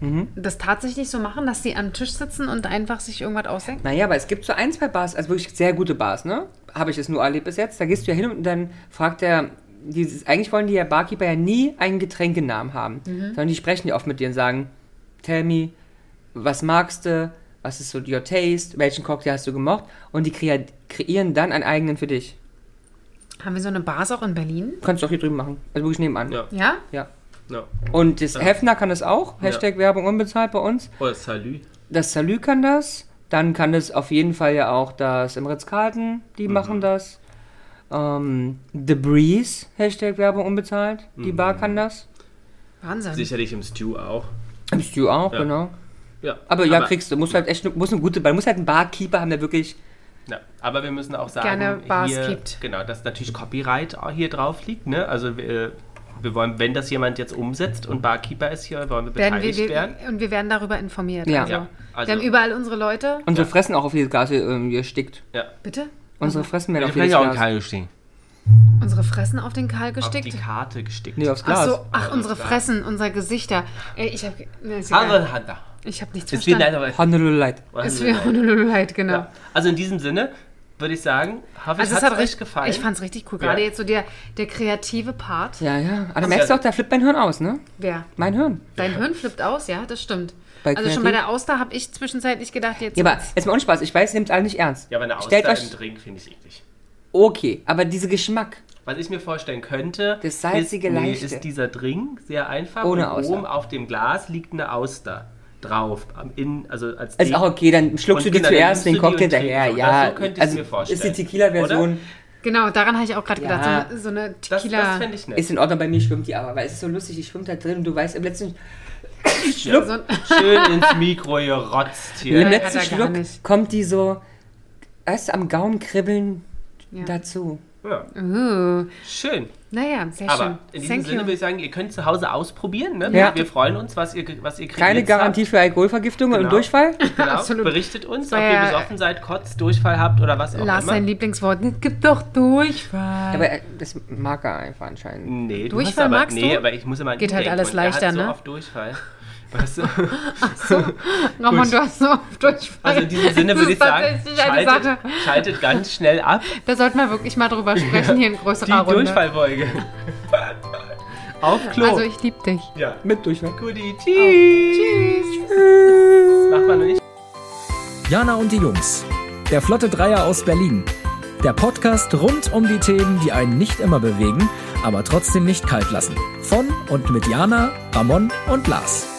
Mhm. das tatsächlich so machen, dass sie am Tisch sitzen und einfach sich irgendwas ausdenken? Naja, aber es gibt so ein, zwei Bars, also wirklich sehr gute Bars, ne? Habe ich es nur erlebt bis jetzt. Da gehst du ja hin und dann fragt der, dieses, eigentlich wollen die ja Barkeeper ja nie einen Getränkenamen haben, sondern die sprechen ja oft mit dir und sagen, tell me, was magst du, was ist so your taste, welchen Cocktail hast du gemocht und die kreier, kreieren dann einen eigenen für dich. Haben wir so eine Bars auch in Berlin? Kannst du auch hier drüben machen, also wirklich nebenan. Ja. Ja? ja. No. Und das Hefner kann das auch, Hashtag Werbung unbezahlt bei uns. Oh, Salü. Das Salü kann das. Dann kann es auf jeden Fall ja auch das im Ritz-Carlton, die Mhm. machen das. Ähm, The Breeze, Hashtag Werbung unbezahlt, Mhm. die Bar kann das. Wahnsinn. Sicherlich im Stew auch. Bist du auch, Ja. genau. Ja. Aber ja, kriegst du, musst halt echt, muss eine gute, man muss halt einen Barkeeper haben, der wirklich Ja, aber wir müssen auch sagen, Gerne Bars hier, gibt. genau, dass natürlich Copyright auch hier drauf liegt. Ne? Also äh, wir wollen, wenn das jemand jetzt umsetzt und Barkeeper ist hier, wollen wir Werden wir, beteiligt werden. wir, und wir werden darüber informiert. Ja. Also. Ja, also- wir haben überall unsere Leute. Unsere Fressen auch auf dieses Gas ähm, gestickt. Ja. Bitte? Unsere Fressen werden Mhm. Ja, auf jedes vielleicht auch ein Glas. Teil gestiegen. Unsere Fressen auf den Karl Auf die gestickt? Karte gestickt. Nee, aufs Ach Glas. so, ach, unsere Glas. Fressen, unsere Gesichter. Ey, ich habe Haare hat er. Ich habe nichts Ist wie verstanden. leider aber. Honolulu Light. Ist wie Honolulu Light, genau. Ja. Also in diesem Sinne würde ich sagen, hoffe ich, Also es hat's hat euch richtig gefallen. Ich fand es richtig cool. Ja. Gerade jetzt so der, der kreative Part. Ja, ja. Aber da merkst du auch, da flippt mein Hirn aus, ne? Wer? Mein Hirn. Dein Hirn flippt aus, ja, das stimmt. Bei also schon bei kreativ- der Auster habe ich zwischenzeitlich gedacht, jetzt. Ja, aber wird's- jetzt mal ohne Spaß. Ich weiß, nehmt alle nicht ernst. ja, aber eine Stellt Auster im euch. Drink finde ich eklig. Okay, aber dieser Geschmack. Was ich mir vorstellen könnte, Das salzige ist, Leichte. ist dieser Drink sehr einfach. Ohne und Auster. oben auf dem Glas liegt eine Auster drauf. Am Innen, also als Also auch okay, dann schluckst Und du dir genau, dann zuerst nimmst den du die Cocktail und trinkst daher. auch. Ja, Das so könnte ich also mir vorstellen. ist die Tequila-Version. genau, daran habe ich auch gerade gedacht. Ja. So, eine- so eine Das, Tequila. das fände ich nett. Ist in Ordnung, bei mir schwimmt die aber, weil es ist so lustig, die schwimmt da drin und du weißt im letzten, Ja. so ein, Schön ins Mikro gerotzt hier. im hat letzten er gar Schluck nicht. kommt die so, weißt du, am Gaumen kribbeln Ja. dazu. Ja. uh, Schön. naja, sehr Aber in schön. diesem Thank Sinne you. würde ich sagen, ihr könnt zu Hause ausprobieren. Ne? Ja. Wir freuen uns, was ihr, ge- was ihr kriegt. Keine Garantie für Alkoholvergiftung Genau. und Durchfall. Äh. Genau. Absolut. Berichtet uns, War ob ihr ja- besoffen seid, kotzt, Durchfall habt oder was auch Lars immer. sein Lieblingswort. Es gibt doch Durchfall. Aber äh, das mag er einfach anscheinend. Nee, du hast Durchfall aber, magst nee, du? aber ich muss immer an Geht ihn halt denken alles und er leichter, hat so ne? Auf Durchfall. Weißt du? Nochmal, du hast so auf Durchfall. Also in diesem Sinne Das würde ich ist sagen, tatsächlich eine schaltet, Sache. schaltet ganz schnell ab Da sollten wir wirklich mal drüber sprechen hier in größerer die Runde. Durchfallfolge. Auf Klo. Also ich Oh, liebe dich. ja. Mit Durchfall. Guti, tschüss. Das macht man noch nicht. Jana und die Jungs. Der Flotte Dreier aus Berlin. Der Podcast rund um die Themen, die einen nicht immer bewegen, aber trotzdem nicht kalt lassen. Von und mit Jana, Ramon und Lars.